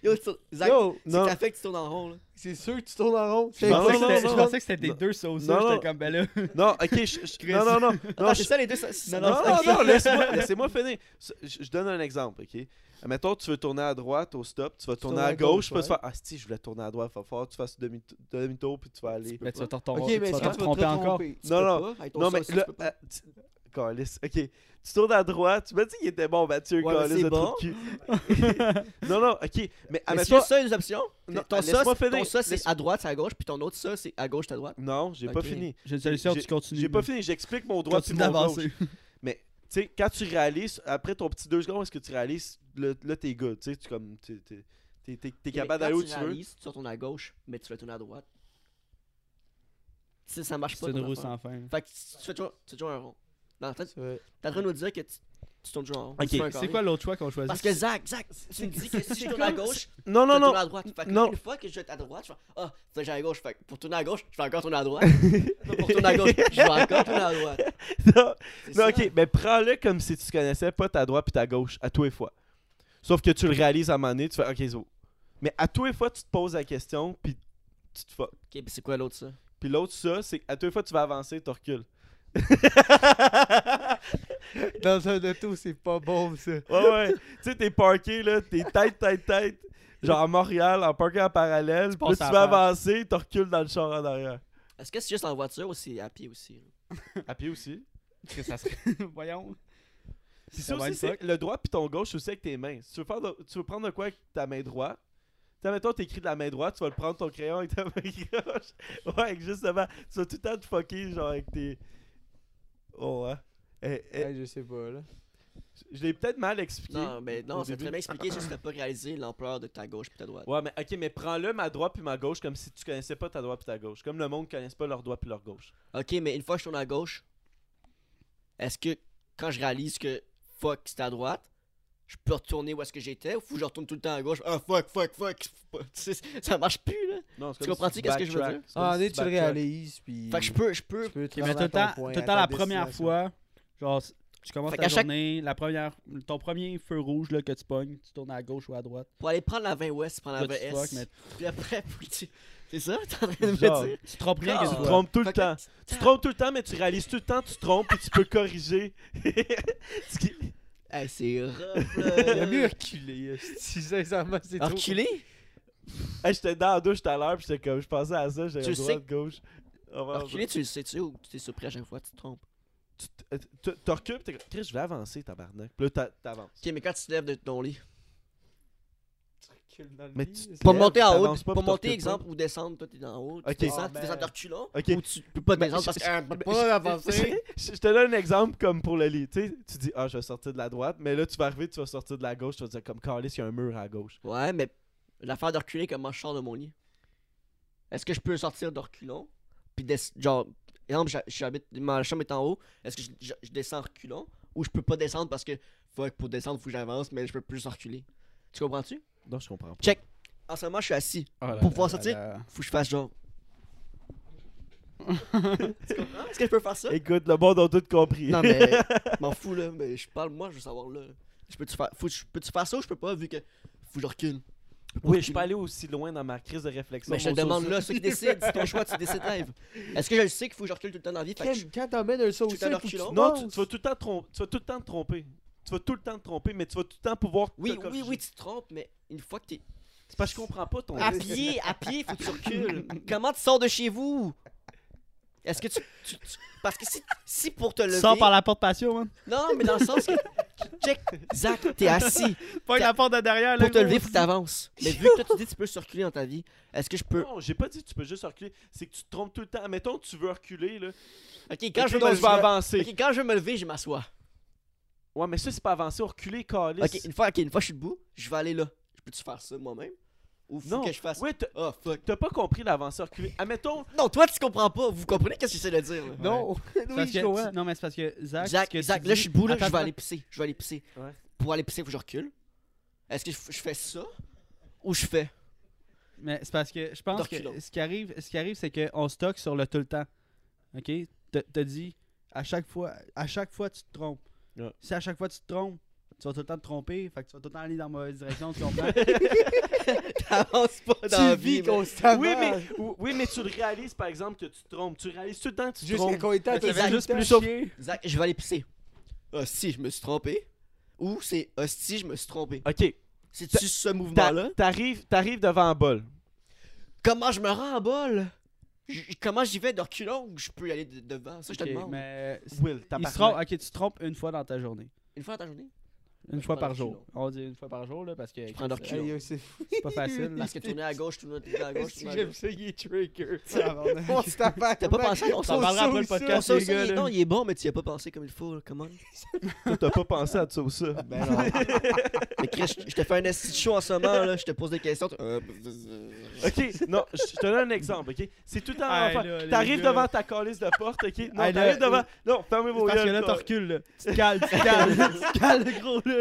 [SPEAKER 2] Yo, tu- Zach,
[SPEAKER 4] Yo! Ah,
[SPEAKER 2] c'est
[SPEAKER 1] non.
[SPEAKER 2] ta fête qui tourne en rond, là.
[SPEAKER 4] C'est sûr que tu tournes en rond.
[SPEAKER 1] Je pensais que
[SPEAKER 4] exactement
[SPEAKER 1] c'était-
[SPEAKER 4] ça.
[SPEAKER 1] je
[SPEAKER 3] que c'était
[SPEAKER 1] tes Non.
[SPEAKER 3] deux sauces.
[SPEAKER 1] Non, j'étais non.
[SPEAKER 3] comme, ben là.
[SPEAKER 1] Non, ok, je- je- non, non, non. non,
[SPEAKER 2] Attends,
[SPEAKER 1] je-
[SPEAKER 2] Ah, c'est ça les deux. ça-
[SPEAKER 1] Non,
[SPEAKER 2] c'est-
[SPEAKER 1] non,
[SPEAKER 2] c'est- ok.
[SPEAKER 1] non, laisse-moi laissez-moi finir. Ce- Je je donne un exemple, OK? Mettons, tu veux tourner à droite au stop, tu vas tourner à gauche, tu peux te faire « Ah, si, je voulais tourner à droite, il faut fort, tu fasses demi- demi-tour, puis tu vas aller...
[SPEAKER 3] Mais tu vas te
[SPEAKER 4] Ok,
[SPEAKER 3] retomber-
[SPEAKER 4] mais
[SPEAKER 3] tu
[SPEAKER 4] est-ce que
[SPEAKER 3] vas te
[SPEAKER 4] tu vas te
[SPEAKER 3] tromper encore.
[SPEAKER 4] tromper?
[SPEAKER 2] Tu
[SPEAKER 1] Non,
[SPEAKER 2] peux
[SPEAKER 1] non.
[SPEAKER 2] pas, avec » ton
[SPEAKER 1] Non, mais
[SPEAKER 2] sauce, tu
[SPEAKER 1] là...
[SPEAKER 2] peux pas.
[SPEAKER 1] ah, tu- Calisse, OK. Tu tournes à droite, tu m'as dit qu'il était bon, Mathieu,
[SPEAKER 2] Ouais, mais
[SPEAKER 1] Calisse,
[SPEAKER 2] c'est
[SPEAKER 1] le
[SPEAKER 2] bon.
[SPEAKER 1] trou de cul. Non, non, OK, mais
[SPEAKER 2] Mais c'est
[SPEAKER 1] admettons...
[SPEAKER 2] juste ça une option.
[SPEAKER 1] Non,
[SPEAKER 2] ton ça,
[SPEAKER 1] laisse-moi finir.
[SPEAKER 2] ton ça c'est
[SPEAKER 1] Laisse-moi-
[SPEAKER 2] à droite, c'est à gauche, puis ton autre ça c'est à gauche, c'est à droite.
[SPEAKER 1] Non, j'ai pas
[SPEAKER 2] Ok.
[SPEAKER 1] fini.
[SPEAKER 3] J'ai une solution,
[SPEAKER 1] J'ai-
[SPEAKER 3] tu continues.
[SPEAKER 1] J'ai pas fini, j'explique mon droit puis
[SPEAKER 3] Continue
[SPEAKER 1] mon gauche.
[SPEAKER 3] d'avancer.
[SPEAKER 1] tu sais, quand tu réalises, après ton petit deux secondes, est-ce que tu réalises, là, là, t'es good, tu sais, tu comme, t'es, t'es, t'es- t'es- t'es capable d'aller où tu veux.
[SPEAKER 2] réalises, Tu retournes à gauche, mais tu vas tourner à droite. Tu sais, ça marche pas.
[SPEAKER 3] C'est une
[SPEAKER 2] ton
[SPEAKER 3] roue
[SPEAKER 2] affaire.
[SPEAKER 3] sans fin.
[SPEAKER 2] Fait que tu tu fais toujours, tu fais toujours un rond. Dans la tête,
[SPEAKER 4] C'est vrai.
[SPEAKER 2] t'es en train de nous dire que tu, tu tournes toujours en rond.
[SPEAKER 1] Ok,
[SPEAKER 2] Tu fais un
[SPEAKER 3] C'est
[SPEAKER 2] carré.
[SPEAKER 3] quoi l'autre choix qu'on choisit
[SPEAKER 2] Parce que Zach, Zach, tu me dis que si je tourne à gauche,
[SPEAKER 1] Non,
[SPEAKER 2] je
[SPEAKER 1] non, non,
[SPEAKER 2] tourne à droite. Fait que
[SPEAKER 1] Non.
[SPEAKER 2] une fois que je vais à droite, je fais Ah, faut que j'aille à gauche. Fait que pour tourner à gauche, je vais encore tourner à droite. pour tourner à gauche, je vais encore tourner à droite.
[SPEAKER 1] non,
[SPEAKER 2] C'est
[SPEAKER 1] non,
[SPEAKER 2] ça.
[SPEAKER 1] ok, mais prends-le comme si tu connaissais pas ta droite puis ta gauche à tous les fois. Sauf que tu le réalises à un moment donné, tu fais, ok, zo. Mais à tous les fois, tu te poses la question puis tu te fuck.
[SPEAKER 2] Ok, puis c'est quoi l'autre ça
[SPEAKER 1] Puis l'autre, ça, c'est à tous les fois, tu vas avancer, tu recules.
[SPEAKER 4] Dans un auto, c'est pas bon, ça.
[SPEAKER 1] Ouais, ouais. tu sais, t'es parké, là, t'es tête, tête, tête. Genre à Montréal, en parking en parallèle. Puis là,
[SPEAKER 3] passes
[SPEAKER 1] tu
[SPEAKER 3] à
[SPEAKER 1] vas
[SPEAKER 3] la page.
[SPEAKER 1] avancer, tu recules dans le char en arrière.
[SPEAKER 2] Est-ce que c'est juste en voiture ou c'est à pied aussi là?
[SPEAKER 1] À pied aussi.
[SPEAKER 3] que ça serait. Voyons.
[SPEAKER 1] Puis
[SPEAKER 3] Ça
[SPEAKER 1] ça
[SPEAKER 3] va
[SPEAKER 1] aussi,
[SPEAKER 3] être
[SPEAKER 1] c'est le droit puis ton gauche aussi avec tes mains. Si tu veux, faire de- tu veux prendre de quoi avec ta main droite, tu sais, toi t'écris de la main droite, tu vas le prendre ton crayon avec ta main gauche. Ouais, avec justement, tu vas tout le temps te fucker, genre avec tes. Oh, ouais. Eh, eh,
[SPEAKER 4] Hey, je sais pas, là.
[SPEAKER 1] je l'ai peut-être mal expliqué.
[SPEAKER 2] Non, mais non,
[SPEAKER 1] au
[SPEAKER 2] c'est
[SPEAKER 1] début.
[SPEAKER 2] très bien expliqué, juste que t'as pas réalisé l'ampleur de ta gauche puis ta droite.
[SPEAKER 1] Ouais, mais ok, mais prends-le ma droite puis ma gauche comme si tu connaissais pas ta droite puis ta gauche. Comme le monde connaisse pas leur droite puis leur gauche.
[SPEAKER 2] Ok, mais une fois que je tourne à gauche, est-ce que quand je réalise que fuck, c'est à droite, je peux retourner où est-ce que j'étais ou faut que je retourne tout le temps à gauche Ah fuck, fuck, fuck. Tu sais, ça marche plus là.
[SPEAKER 1] Non, c'est
[SPEAKER 2] Tu
[SPEAKER 1] comme
[SPEAKER 2] comprends-tu
[SPEAKER 1] si
[SPEAKER 2] qu'est-ce que je veux
[SPEAKER 1] backtrack.
[SPEAKER 2] dire?
[SPEAKER 1] C'est comme
[SPEAKER 5] Ah,
[SPEAKER 1] si
[SPEAKER 5] on est, tu le
[SPEAKER 1] backtrack.
[SPEAKER 5] réalises, puis.
[SPEAKER 2] Fait que je peux, je peux.
[SPEAKER 5] Tu peux te
[SPEAKER 3] Mais
[SPEAKER 5] rendre à
[SPEAKER 3] tout le
[SPEAKER 5] ton
[SPEAKER 3] temps,
[SPEAKER 5] point,
[SPEAKER 3] tout
[SPEAKER 5] à
[SPEAKER 3] le temps
[SPEAKER 5] ta
[SPEAKER 3] la première
[SPEAKER 5] destination.
[SPEAKER 3] fois, genre, c- tu commences
[SPEAKER 2] Fait
[SPEAKER 3] ta
[SPEAKER 2] qu'à chaque-
[SPEAKER 3] journée, la première, ton premier feu rouge là, que tu pognes, tu tournes à gauche ou à droite.
[SPEAKER 2] Pour aller prendre la 20 ouest, prendre la
[SPEAKER 3] Là, tu
[SPEAKER 2] 20 est.
[SPEAKER 3] te fuck, mais
[SPEAKER 2] Puis après, puis tu- c'est ça que t'es en train de me
[SPEAKER 1] Genre,
[SPEAKER 2] dire?
[SPEAKER 3] tu te trompes rien
[SPEAKER 2] Ah.
[SPEAKER 3] qu'une
[SPEAKER 1] Tu te
[SPEAKER 3] fois.
[SPEAKER 1] trompes tout le
[SPEAKER 2] Fait que-
[SPEAKER 1] temps. Tu te trompes tout le temps, mais tu réalises tout le temps, tu te trompes, puis tu peux corriger. Ce qui-
[SPEAKER 2] Hey, c'est rough
[SPEAKER 5] Il a mieux
[SPEAKER 2] là.
[SPEAKER 5] reculé. Si sincèrement, c'est trop.
[SPEAKER 2] Enculé?
[SPEAKER 1] Hey, j'étais dans la douche tout à l'heure, puis j'étais comme, je pensais à ça, j'étais
[SPEAKER 2] Tu le sais.
[SPEAKER 1] droite, gauche. On va-
[SPEAKER 2] Enculé, tu le sais-tu ou tu t'es surpris à chaque fois, tu te trompes?
[SPEAKER 1] Tu te- te te recules, puis t'es comme, Chris, je vais avancer, tabarnak. Puis là, t'a- t'avances.
[SPEAKER 2] Ok, mais quand tu te lèves de ton lit,
[SPEAKER 1] Mais tu
[SPEAKER 2] Pour
[SPEAKER 1] Lève,
[SPEAKER 2] monter en haut,
[SPEAKER 1] t'avances pas,
[SPEAKER 2] pour
[SPEAKER 1] puis
[SPEAKER 2] monter,
[SPEAKER 1] t'occupes
[SPEAKER 2] exemple, ou descendre, toi t'es en haut, tu
[SPEAKER 1] Ok.
[SPEAKER 2] descends,
[SPEAKER 5] Ah,
[SPEAKER 2] tu
[SPEAKER 5] ben-
[SPEAKER 2] descends de reculons,
[SPEAKER 1] Ok.
[SPEAKER 2] ou tu peux pas
[SPEAKER 1] Ben,
[SPEAKER 2] descendre parce
[SPEAKER 1] je-
[SPEAKER 2] que...
[SPEAKER 5] peux pas avancer.
[SPEAKER 1] Je je te donne un exemple comme pour le lit. Tu sais, tu dis, ah, je vais sortir de la droite, mais là, tu vas arriver, tu vas sortir de la gauche, tu vas dire, comme Carlis, il y a un mur à gauche.
[SPEAKER 2] Ouais, mais l'affaire de reculer, comment je sors de mon lit? Est-ce que je peux sortir de reculons? Puis, des... genre, exemple, j'ha- j'habite, ma chambre est en haut, est-ce que je, je- je descends en reculons? Ou je peux pas descendre parce que, fuck, pour descendre, faut que j'avance, mais je peux plus en reculer. Tu comprends-tu?
[SPEAKER 1] Non, je comprends pas.
[SPEAKER 2] En ce moment, je suis assis.
[SPEAKER 1] Ah,
[SPEAKER 3] Oh là
[SPEAKER 2] Pour pouvoir
[SPEAKER 3] là
[SPEAKER 2] sortir.
[SPEAKER 3] là.
[SPEAKER 2] Faut que je fasse genre. tu comprends? Est-ce que je peux faire ça?
[SPEAKER 1] Écoute, le monde a tout compris.
[SPEAKER 2] Non, mais je m'en fous là. Mais je parle, moi, je veux savoir là. Je peux-tu faire... Faut... que je- peux-tu faire ça ou je peux pas vu que. Faut que je recule. peux pas
[SPEAKER 1] oui, je suis
[SPEAKER 2] reculer.
[SPEAKER 1] pas allé aussi loin dans ma crise de réflexion.
[SPEAKER 2] Mais je te
[SPEAKER 1] mon
[SPEAKER 2] demande
[SPEAKER 1] sauce.
[SPEAKER 2] là, ceux qui décident, c'est ton choix, tu décides live. Est-ce que je le sais qu'il faut que je recule tout le temps dans la vie? Fait que je-
[SPEAKER 5] Quand- Quand t'emmènes un saucisson,
[SPEAKER 2] Tu t'en
[SPEAKER 5] faut que tu
[SPEAKER 2] reculant.
[SPEAKER 1] Non, tu,
[SPEAKER 5] te
[SPEAKER 1] tu vas tout le temps trom- tu vas tout le temps te tromper. Tu vas tout le temps te tromper, mais tu vas tout le temps pouvoir. te
[SPEAKER 2] Oui, oui,
[SPEAKER 1] corriger.
[SPEAKER 2] oui, Ah, tu te trompes, mais une fois que t'es.
[SPEAKER 1] C'est parce que je comprends pas ton.
[SPEAKER 2] À pied, à pied, faut que tu recules. Comment tu sors de chez vous? Est-ce que tu, tu- tu- Parce que si, si pour te
[SPEAKER 3] Tu
[SPEAKER 2] lever.
[SPEAKER 3] sors par la porte patio, man.
[SPEAKER 2] Non, mais dans le sens que. Check, Zach, t'es assis.
[SPEAKER 3] Pas avec la porte de derrière, là.
[SPEAKER 2] Pour te
[SPEAKER 3] gros.
[SPEAKER 2] lever, faut que t'avances. Mais vu que toi, tu dis que tu peux circuler dans ta vie, est-ce que je peux.
[SPEAKER 1] Non, j'ai pas dit que tu peux juste reculer. C'est que tu te trompes tout le temps. Mettons que tu veux reculer, là.
[SPEAKER 2] Ok, quand
[SPEAKER 1] Ok,
[SPEAKER 2] je veux
[SPEAKER 1] ben,
[SPEAKER 2] me
[SPEAKER 1] vais
[SPEAKER 2] lever.
[SPEAKER 1] avancer.
[SPEAKER 2] Ok, quand je veux me lever, je m'assois.
[SPEAKER 1] Ouais, mais ça, c'est pas avancer. Reculer, calice.
[SPEAKER 2] Ok, une fois, ok, une fois que je suis debout, je vais aller là. Je peux-tu faire ça moi-même? Ou faut
[SPEAKER 1] Non.
[SPEAKER 2] que je fasse.
[SPEAKER 1] Ouais, t'as-
[SPEAKER 2] Oh fuck.
[SPEAKER 1] t'as pas compris l'avancée reculer. Admettons,
[SPEAKER 2] Non, toi, tu comprends pas. Vous comprenez qu'est-ce que j'essaie de dire? là?
[SPEAKER 5] Non, oui,
[SPEAKER 3] C'est parce
[SPEAKER 5] je
[SPEAKER 3] que-
[SPEAKER 5] comprends.
[SPEAKER 3] Non, mais c'est parce que Zach. ce
[SPEAKER 2] Zach,
[SPEAKER 3] que tu
[SPEAKER 2] Zach,
[SPEAKER 3] dis-
[SPEAKER 2] là, je suis debout, là,
[SPEAKER 3] Attends,
[SPEAKER 2] je vais
[SPEAKER 3] attends.
[SPEAKER 2] aller pisser. Je vais aller pisser.
[SPEAKER 1] Ouais.
[SPEAKER 2] Pour aller pisser, faut que je recule. Est-ce que je je fais ça? Ou je fais?
[SPEAKER 3] Mais c'est parce que je pense
[SPEAKER 2] Torculon.
[SPEAKER 3] que ce qui arrive, ce qui arrive, c'est qu'on stocke sur le tout le temps. OK? T'as- T'as dit à chaque fois, à chaque fois tu te trompes.
[SPEAKER 1] Ouais.
[SPEAKER 3] Si à chaque fois tu te trompes, tu vas tout le temps te tromper, fait que tu vas tout le temps aller dans la mauvaise direction, tu comprends?
[SPEAKER 2] T'avances pas dans
[SPEAKER 5] Tu
[SPEAKER 2] la
[SPEAKER 5] vis
[SPEAKER 2] vie, mais-
[SPEAKER 5] constamment.
[SPEAKER 1] oui, mais, ou- oui, mais tu le réalises, par exemple, que tu te trompes. Tu réalises tout le temps que tu te
[SPEAKER 5] Jusqu'à
[SPEAKER 1] trompes.
[SPEAKER 5] combien de temps
[SPEAKER 3] Mais
[SPEAKER 5] t'as
[SPEAKER 3] ça
[SPEAKER 5] fait
[SPEAKER 3] fait juste
[SPEAKER 5] le temps
[SPEAKER 3] plus
[SPEAKER 5] à
[SPEAKER 3] chaud.
[SPEAKER 5] chier?
[SPEAKER 2] Zach, je vais aller pisser. Ah, si, je me suis trompé. Ou c'est hostie, je me suis trompé.
[SPEAKER 1] Ok,
[SPEAKER 2] C'est-tu ce
[SPEAKER 1] t'a-
[SPEAKER 2] mouvement-là?
[SPEAKER 1] t'arrives t'arrives devant un bol.
[SPEAKER 2] Comment je me rends en bol? J- Comment j'y vais de reculons ou je peux y aller de- devant? Ça, je
[SPEAKER 3] Ok,
[SPEAKER 2] te demande.
[SPEAKER 3] mais
[SPEAKER 1] Will,
[SPEAKER 3] il se
[SPEAKER 1] tabarnak.
[SPEAKER 3] trompe- ok, tu te trompes une fois dans ta journée.
[SPEAKER 2] Une fois dans ta journée?
[SPEAKER 3] Une
[SPEAKER 2] Je
[SPEAKER 3] fois
[SPEAKER 2] prends
[SPEAKER 3] par
[SPEAKER 2] le
[SPEAKER 3] jour.
[SPEAKER 2] reculon.
[SPEAKER 3] On dit une fois par jour là parce que
[SPEAKER 2] Je prends le reculon.
[SPEAKER 5] Aïe, c'est fou.
[SPEAKER 3] c'est pas facile. là.
[SPEAKER 2] Parce que tourner à gauche, tourner à gauche,
[SPEAKER 5] Si
[SPEAKER 2] tourner à
[SPEAKER 5] j'aime
[SPEAKER 2] gauche.
[SPEAKER 5] ça, il est trigger.
[SPEAKER 3] Tabarnak.
[SPEAKER 5] On se tape à
[SPEAKER 2] T'as pas pensé à ton
[SPEAKER 3] T'en
[SPEAKER 2] sauce?
[SPEAKER 3] parlera après le
[SPEAKER 5] ça,
[SPEAKER 2] Ton
[SPEAKER 3] podcast, les
[SPEAKER 2] sauce,
[SPEAKER 3] gars.
[SPEAKER 2] il est-
[SPEAKER 3] là.
[SPEAKER 2] non, il est bon, mais tu y as pas pensé comme il faut, là. Come
[SPEAKER 1] Toi,
[SPEAKER 2] on.
[SPEAKER 1] T'as pas pensé à tout ça.
[SPEAKER 2] Ben non. Mais Chris, je je te fais un esti de show en ce moment, là. Je te pose des questions. tu- Euh,
[SPEAKER 1] Ok, non, je je te donne un exemple, ok? C'est tout le temps
[SPEAKER 3] Hey,
[SPEAKER 1] l'enfer.
[SPEAKER 3] là, les
[SPEAKER 1] T'arrives
[SPEAKER 3] gars.
[SPEAKER 1] devant ta calisse de porte, ok? Non,
[SPEAKER 3] Hey, là, euh,
[SPEAKER 1] t'arrives devant. Non, fermez
[SPEAKER 3] C'est
[SPEAKER 1] vos
[SPEAKER 3] Parce que
[SPEAKER 1] gueules.
[SPEAKER 3] là, tu
[SPEAKER 1] toi.
[SPEAKER 3] recules, là. Tu te cales, tu te cales, tu te cales, gros, là.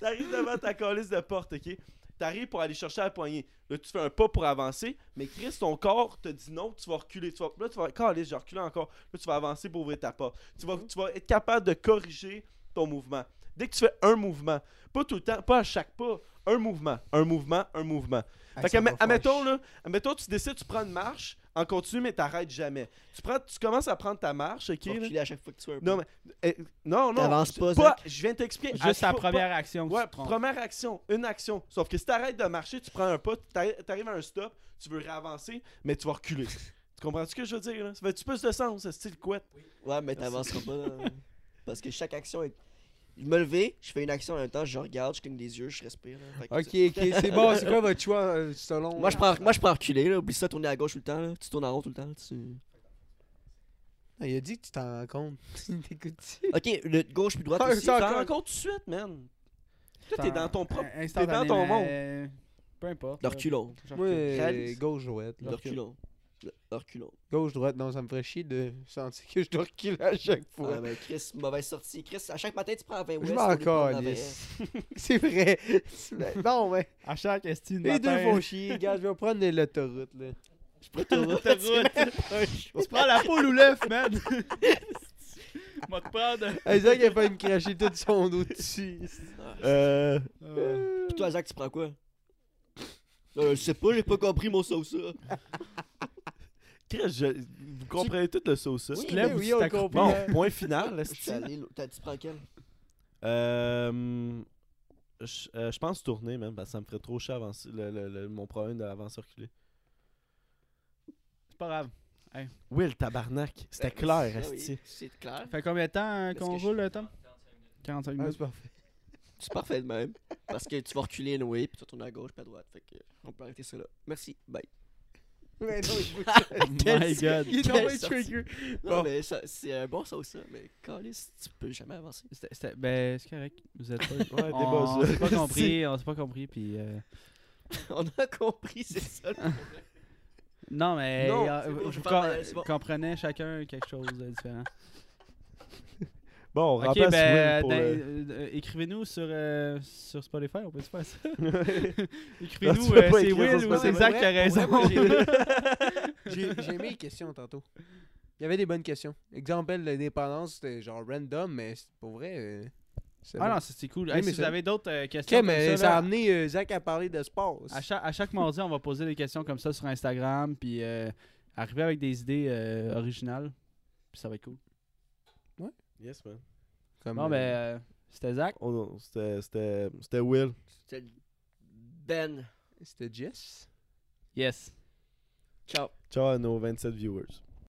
[SPEAKER 1] T'arrives devant ta calisse de porte, ok? T'arrives pour aller chercher la poignée. Là, tu fais un pas pour avancer, mais Chris, ton corps te dit non, tu vas reculer. Tu vas... Là, tu vas. Calisse, je recule encore. Là, tu vas avancer pour ouvrir ta porte. Tu vas, tu vas être capable de corriger ton mouvement. Dès que tu fais un mouvement, pas tout le temps, pas à chaque pas, un mouvement, un mouvement, un mouvement. Fait que, admet- admettons, là, admettons, tu décides, tu prends une marche en continu, mais t'arrêtes jamais. Tu, prends, tu commences à prendre ta marche, ok?
[SPEAKER 2] Tu vas
[SPEAKER 1] là.
[SPEAKER 2] reculer à chaque fois que tu veux.
[SPEAKER 1] Non, mais. eh, non, non.
[SPEAKER 2] T'avances pas,
[SPEAKER 1] pas-
[SPEAKER 2] Zach.
[SPEAKER 1] je viens de t'expliquer.
[SPEAKER 3] Juste
[SPEAKER 1] Ah,
[SPEAKER 3] la
[SPEAKER 1] pas- pas-
[SPEAKER 3] première action que tu
[SPEAKER 1] Ouais,
[SPEAKER 3] te trompes.
[SPEAKER 1] première action, une action. Sauf que si t'arrêtes de marcher, tu prends un pas, t'arri- t'arrives à un stop, tu veux réavancer, mais tu vas reculer. tu comprends ce que je veux dire, là? Ça fait-tu plus de sens, ce style couette?
[SPEAKER 2] Ouais, mais t'avanceras pas. dans- Parce que chaque action est. Je me lever, je fais une action en même temps, je regarde, je cligne des yeux, je respire. là. Fait que
[SPEAKER 5] Ok,
[SPEAKER 2] tu-
[SPEAKER 5] ok, c'est bon, c'est quoi votre choix euh, selon.
[SPEAKER 2] Moi je prends moi je prends reculer là, oublie ça tourner à gauche tout le temps là, tu tournes en rond tout le temps, là, tu-
[SPEAKER 5] Ah, Il a dit que tu t'en rends compte. T'écoutes-tu?
[SPEAKER 2] OK, le gauche puis droite
[SPEAKER 5] Ah,
[SPEAKER 2] aussi.
[SPEAKER 5] ça-
[SPEAKER 1] T'en
[SPEAKER 5] encore-
[SPEAKER 1] rends compte tout de suite, man. Toi,
[SPEAKER 3] T'en-
[SPEAKER 1] t'es dans ton propre.
[SPEAKER 3] in- instantané,
[SPEAKER 1] ton
[SPEAKER 3] mais- Peu importe.
[SPEAKER 2] De
[SPEAKER 3] là.
[SPEAKER 2] reculons,
[SPEAKER 3] Je
[SPEAKER 5] Moi,
[SPEAKER 3] recule.
[SPEAKER 5] euh,
[SPEAKER 1] Réalise.
[SPEAKER 5] gauche, jouette.
[SPEAKER 2] de reculons. Reculons.
[SPEAKER 4] Gauche, droite, non, ça me ferait chier de sentir que je dois reculer à chaque fois.
[SPEAKER 2] Ah, mais Chris, mauvaise sortie. Chris, à chaque matin, tu prends 20
[SPEAKER 4] je
[SPEAKER 2] ouest.
[SPEAKER 4] m'en
[SPEAKER 2] au lieu de prendre 20
[SPEAKER 4] calisse. C'est vrai. non, mais
[SPEAKER 3] À chaque estime.
[SPEAKER 4] les deux vont chier. Gars, je vais prendre l'autoroute, là.
[SPEAKER 3] On se prend la poule ou l'œuf, man. Moi, te prendre.
[SPEAKER 4] Isaac, il a failli me cracher tout son dos dessus.
[SPEAKER 1] Euh,
[SPEAKER 3] Euh,
[SPEAKER 2] Puis toi, Zach, tu prends quoi Euh, Je sais pas, j'ai pas compris mon sauce.
[SPEAKER 1] Chris, je- vous comprenez tout le sauce.
[SPEAKER 4] Oui,
[SPEAKER 3] te lèves
[SPEAKER 4] mais
[SPEAKER 3] ou
[SPEAKER 4] oui,
[SPEAKER 3] tu
[SPEAKER 4] on
[SPEAKER 3] t'accroupis?
[SPEAKER 4] comprend.
[SPEAKER 1] Bon, point final, là, c'est-tu?
[SPEAKER 2] Tu prends quel
[SPEAKER 1] Euh, je euh, je pense tourner, même, parce que ça me ferait trop cher avancer, le, le- le- mon problème d'avancer reculé.
[SPEAKER 3] C'est pas grave.
[SPEAKER 1] Will, tabarnak,
[SPEAKER 2] Ben,
[SPEAKER 1] c'était clair, esti.
[SPEAKER 2] Ah C'est clair.
[SPEAKER 3] Fait combien de temps hein, qu'on
[SPEAKER 2] que je-
[SPEAKER 3] roule, Tom 45
[SPEAKER 4] Ah,
[SPEAKER 3] minutes.
[SPEAKER 4] c'est parfait.
[SPEAKER 2] C'est parfait de même. Parce que tu vas reculer une way, puis tu vas tourner à gauche, puis à droite. Fait que on peut arrêter ça là. Merci, bye.
[SPEAKER 4] Mais non, il faut que
[SPEAKER 3] Oh my god.
[SPEAKER 4] Il est
[SPEAKER 2] Quelle
[SPEAKER 4] tombé
[SPEAKER 2] sortie.
[SPEAKER 4] trigger.
[SPEAKER 2] Non,
[SPEAKER 4] Bon.
[SPEAKER 2] mais ça- c'est un bon sauce, ça. Mais calice, tu peux jamais avancer.
[SPEAKER 3] C'était- c'était- Ben, c'est correct. Vous êtes pas.
[SPEAKER 1] Ouais,
[SPEAKER 3] On on
[SPEAKER 1] débat,
[SPEAKER 3] s'est
[SPEAKER 1] ça.
[SPEAKER 3] pas compris, on s'est pas compris, puis. euh,
[SPEAKER 2] on a compris, c'est ça.
[SPEAKER 3] Non, mais
[SPEAKER 2] Non,
[SPEAKER 3] euh,
[SPEAKER 2] c'est bon,
[SPEAKER 3] vous
[SPEAKER 2] je
[SPEAKER 3] com-
[SPEAKER 2] parle, euh, c'est bon.
[SPEAKER 3] comprenez chacun quelque chose de différent.
[SPEAKER 1] Bon, on
[SPEAKER 3] ok,
[SPEAKER 1] remplace
[SPEAKER 3] ben,
[SPEAKER 1] Will pour
[SPEAKER 3] dans-
[SPEAKER 1] le-
[SPEAKER 3] euh, écrivez-nous sur, euh, sur Spotify, on peut se faire ça.
[SPEAKER 1] Non,
[SPEAKER 3] écrivez-nous,
[SPEAKER 1] tu peux
[SPEAKER 3] euh,
[SPEAKER 1] pas
[SPEAKER 3] c'est
[SPEAKER 1] écrire sur
[SPEAKER 3] Will ou c'est
[SPEAKER 1] Spotify.
[SPEAKER 3] Zach qui a
[SPEAKER 4] Pour vrai,
[SPEAKER 3] raison.
[SPEAKER 4] pour vrai, moi, J'ai j'ai aimé les questions tantôt. Il y avait des bonnes questions. Exemple, l'indépendance, c'était genre random, mais c'est- pour vrai, euh, c'est
[SPEAKER 3] Ah
[SPEAKER 4] bon.
[SPEAKER 3] non, c'est c'est cool.
[SPEAKER 4] Oui,
[SPEAKER 3] Hey,
[SPEAKER 4] mais
[SPEAKER 3] si vous
[SPEAKER 4] ça-
[SPEAKER 3] avez d'autres euh, questions,
[SPEAKER 4] Ok,
[SPEAKER 3] comme
[SPEAKER 4] mais
[SPEAKER 3] ça,
[SPEAKER 4] ça a
[SPEAKER 3] là, Ah,
[SPEAKER 4] amené euh, Zach à parler de sport.
[SPEAKER 3] à, chaque, à chaque mardi, on va poser des questions comme ça sur Instagram, puis euh, arriver avec des idées euh, originales, puis ça va être cool.
[SPEAKER 1] Yes, man.
[SPEAKER 4] Comme,
[SPEAKER 3] Bon,
[SPEAKER 4] euh,
[SPEAKER 3] ben, euh, c'était Zach.
[SPEAKER 1] Oh non, c'était- c'était c'était Will.
[SPEAKER 2] C'était Ben.
[SPEAKER 4] C'était Jess.
[SPEAKER 3] Yes.
[SPEAKER 2] Ciao.
[SPEAKER 1] Ciao à nos 27 viewers.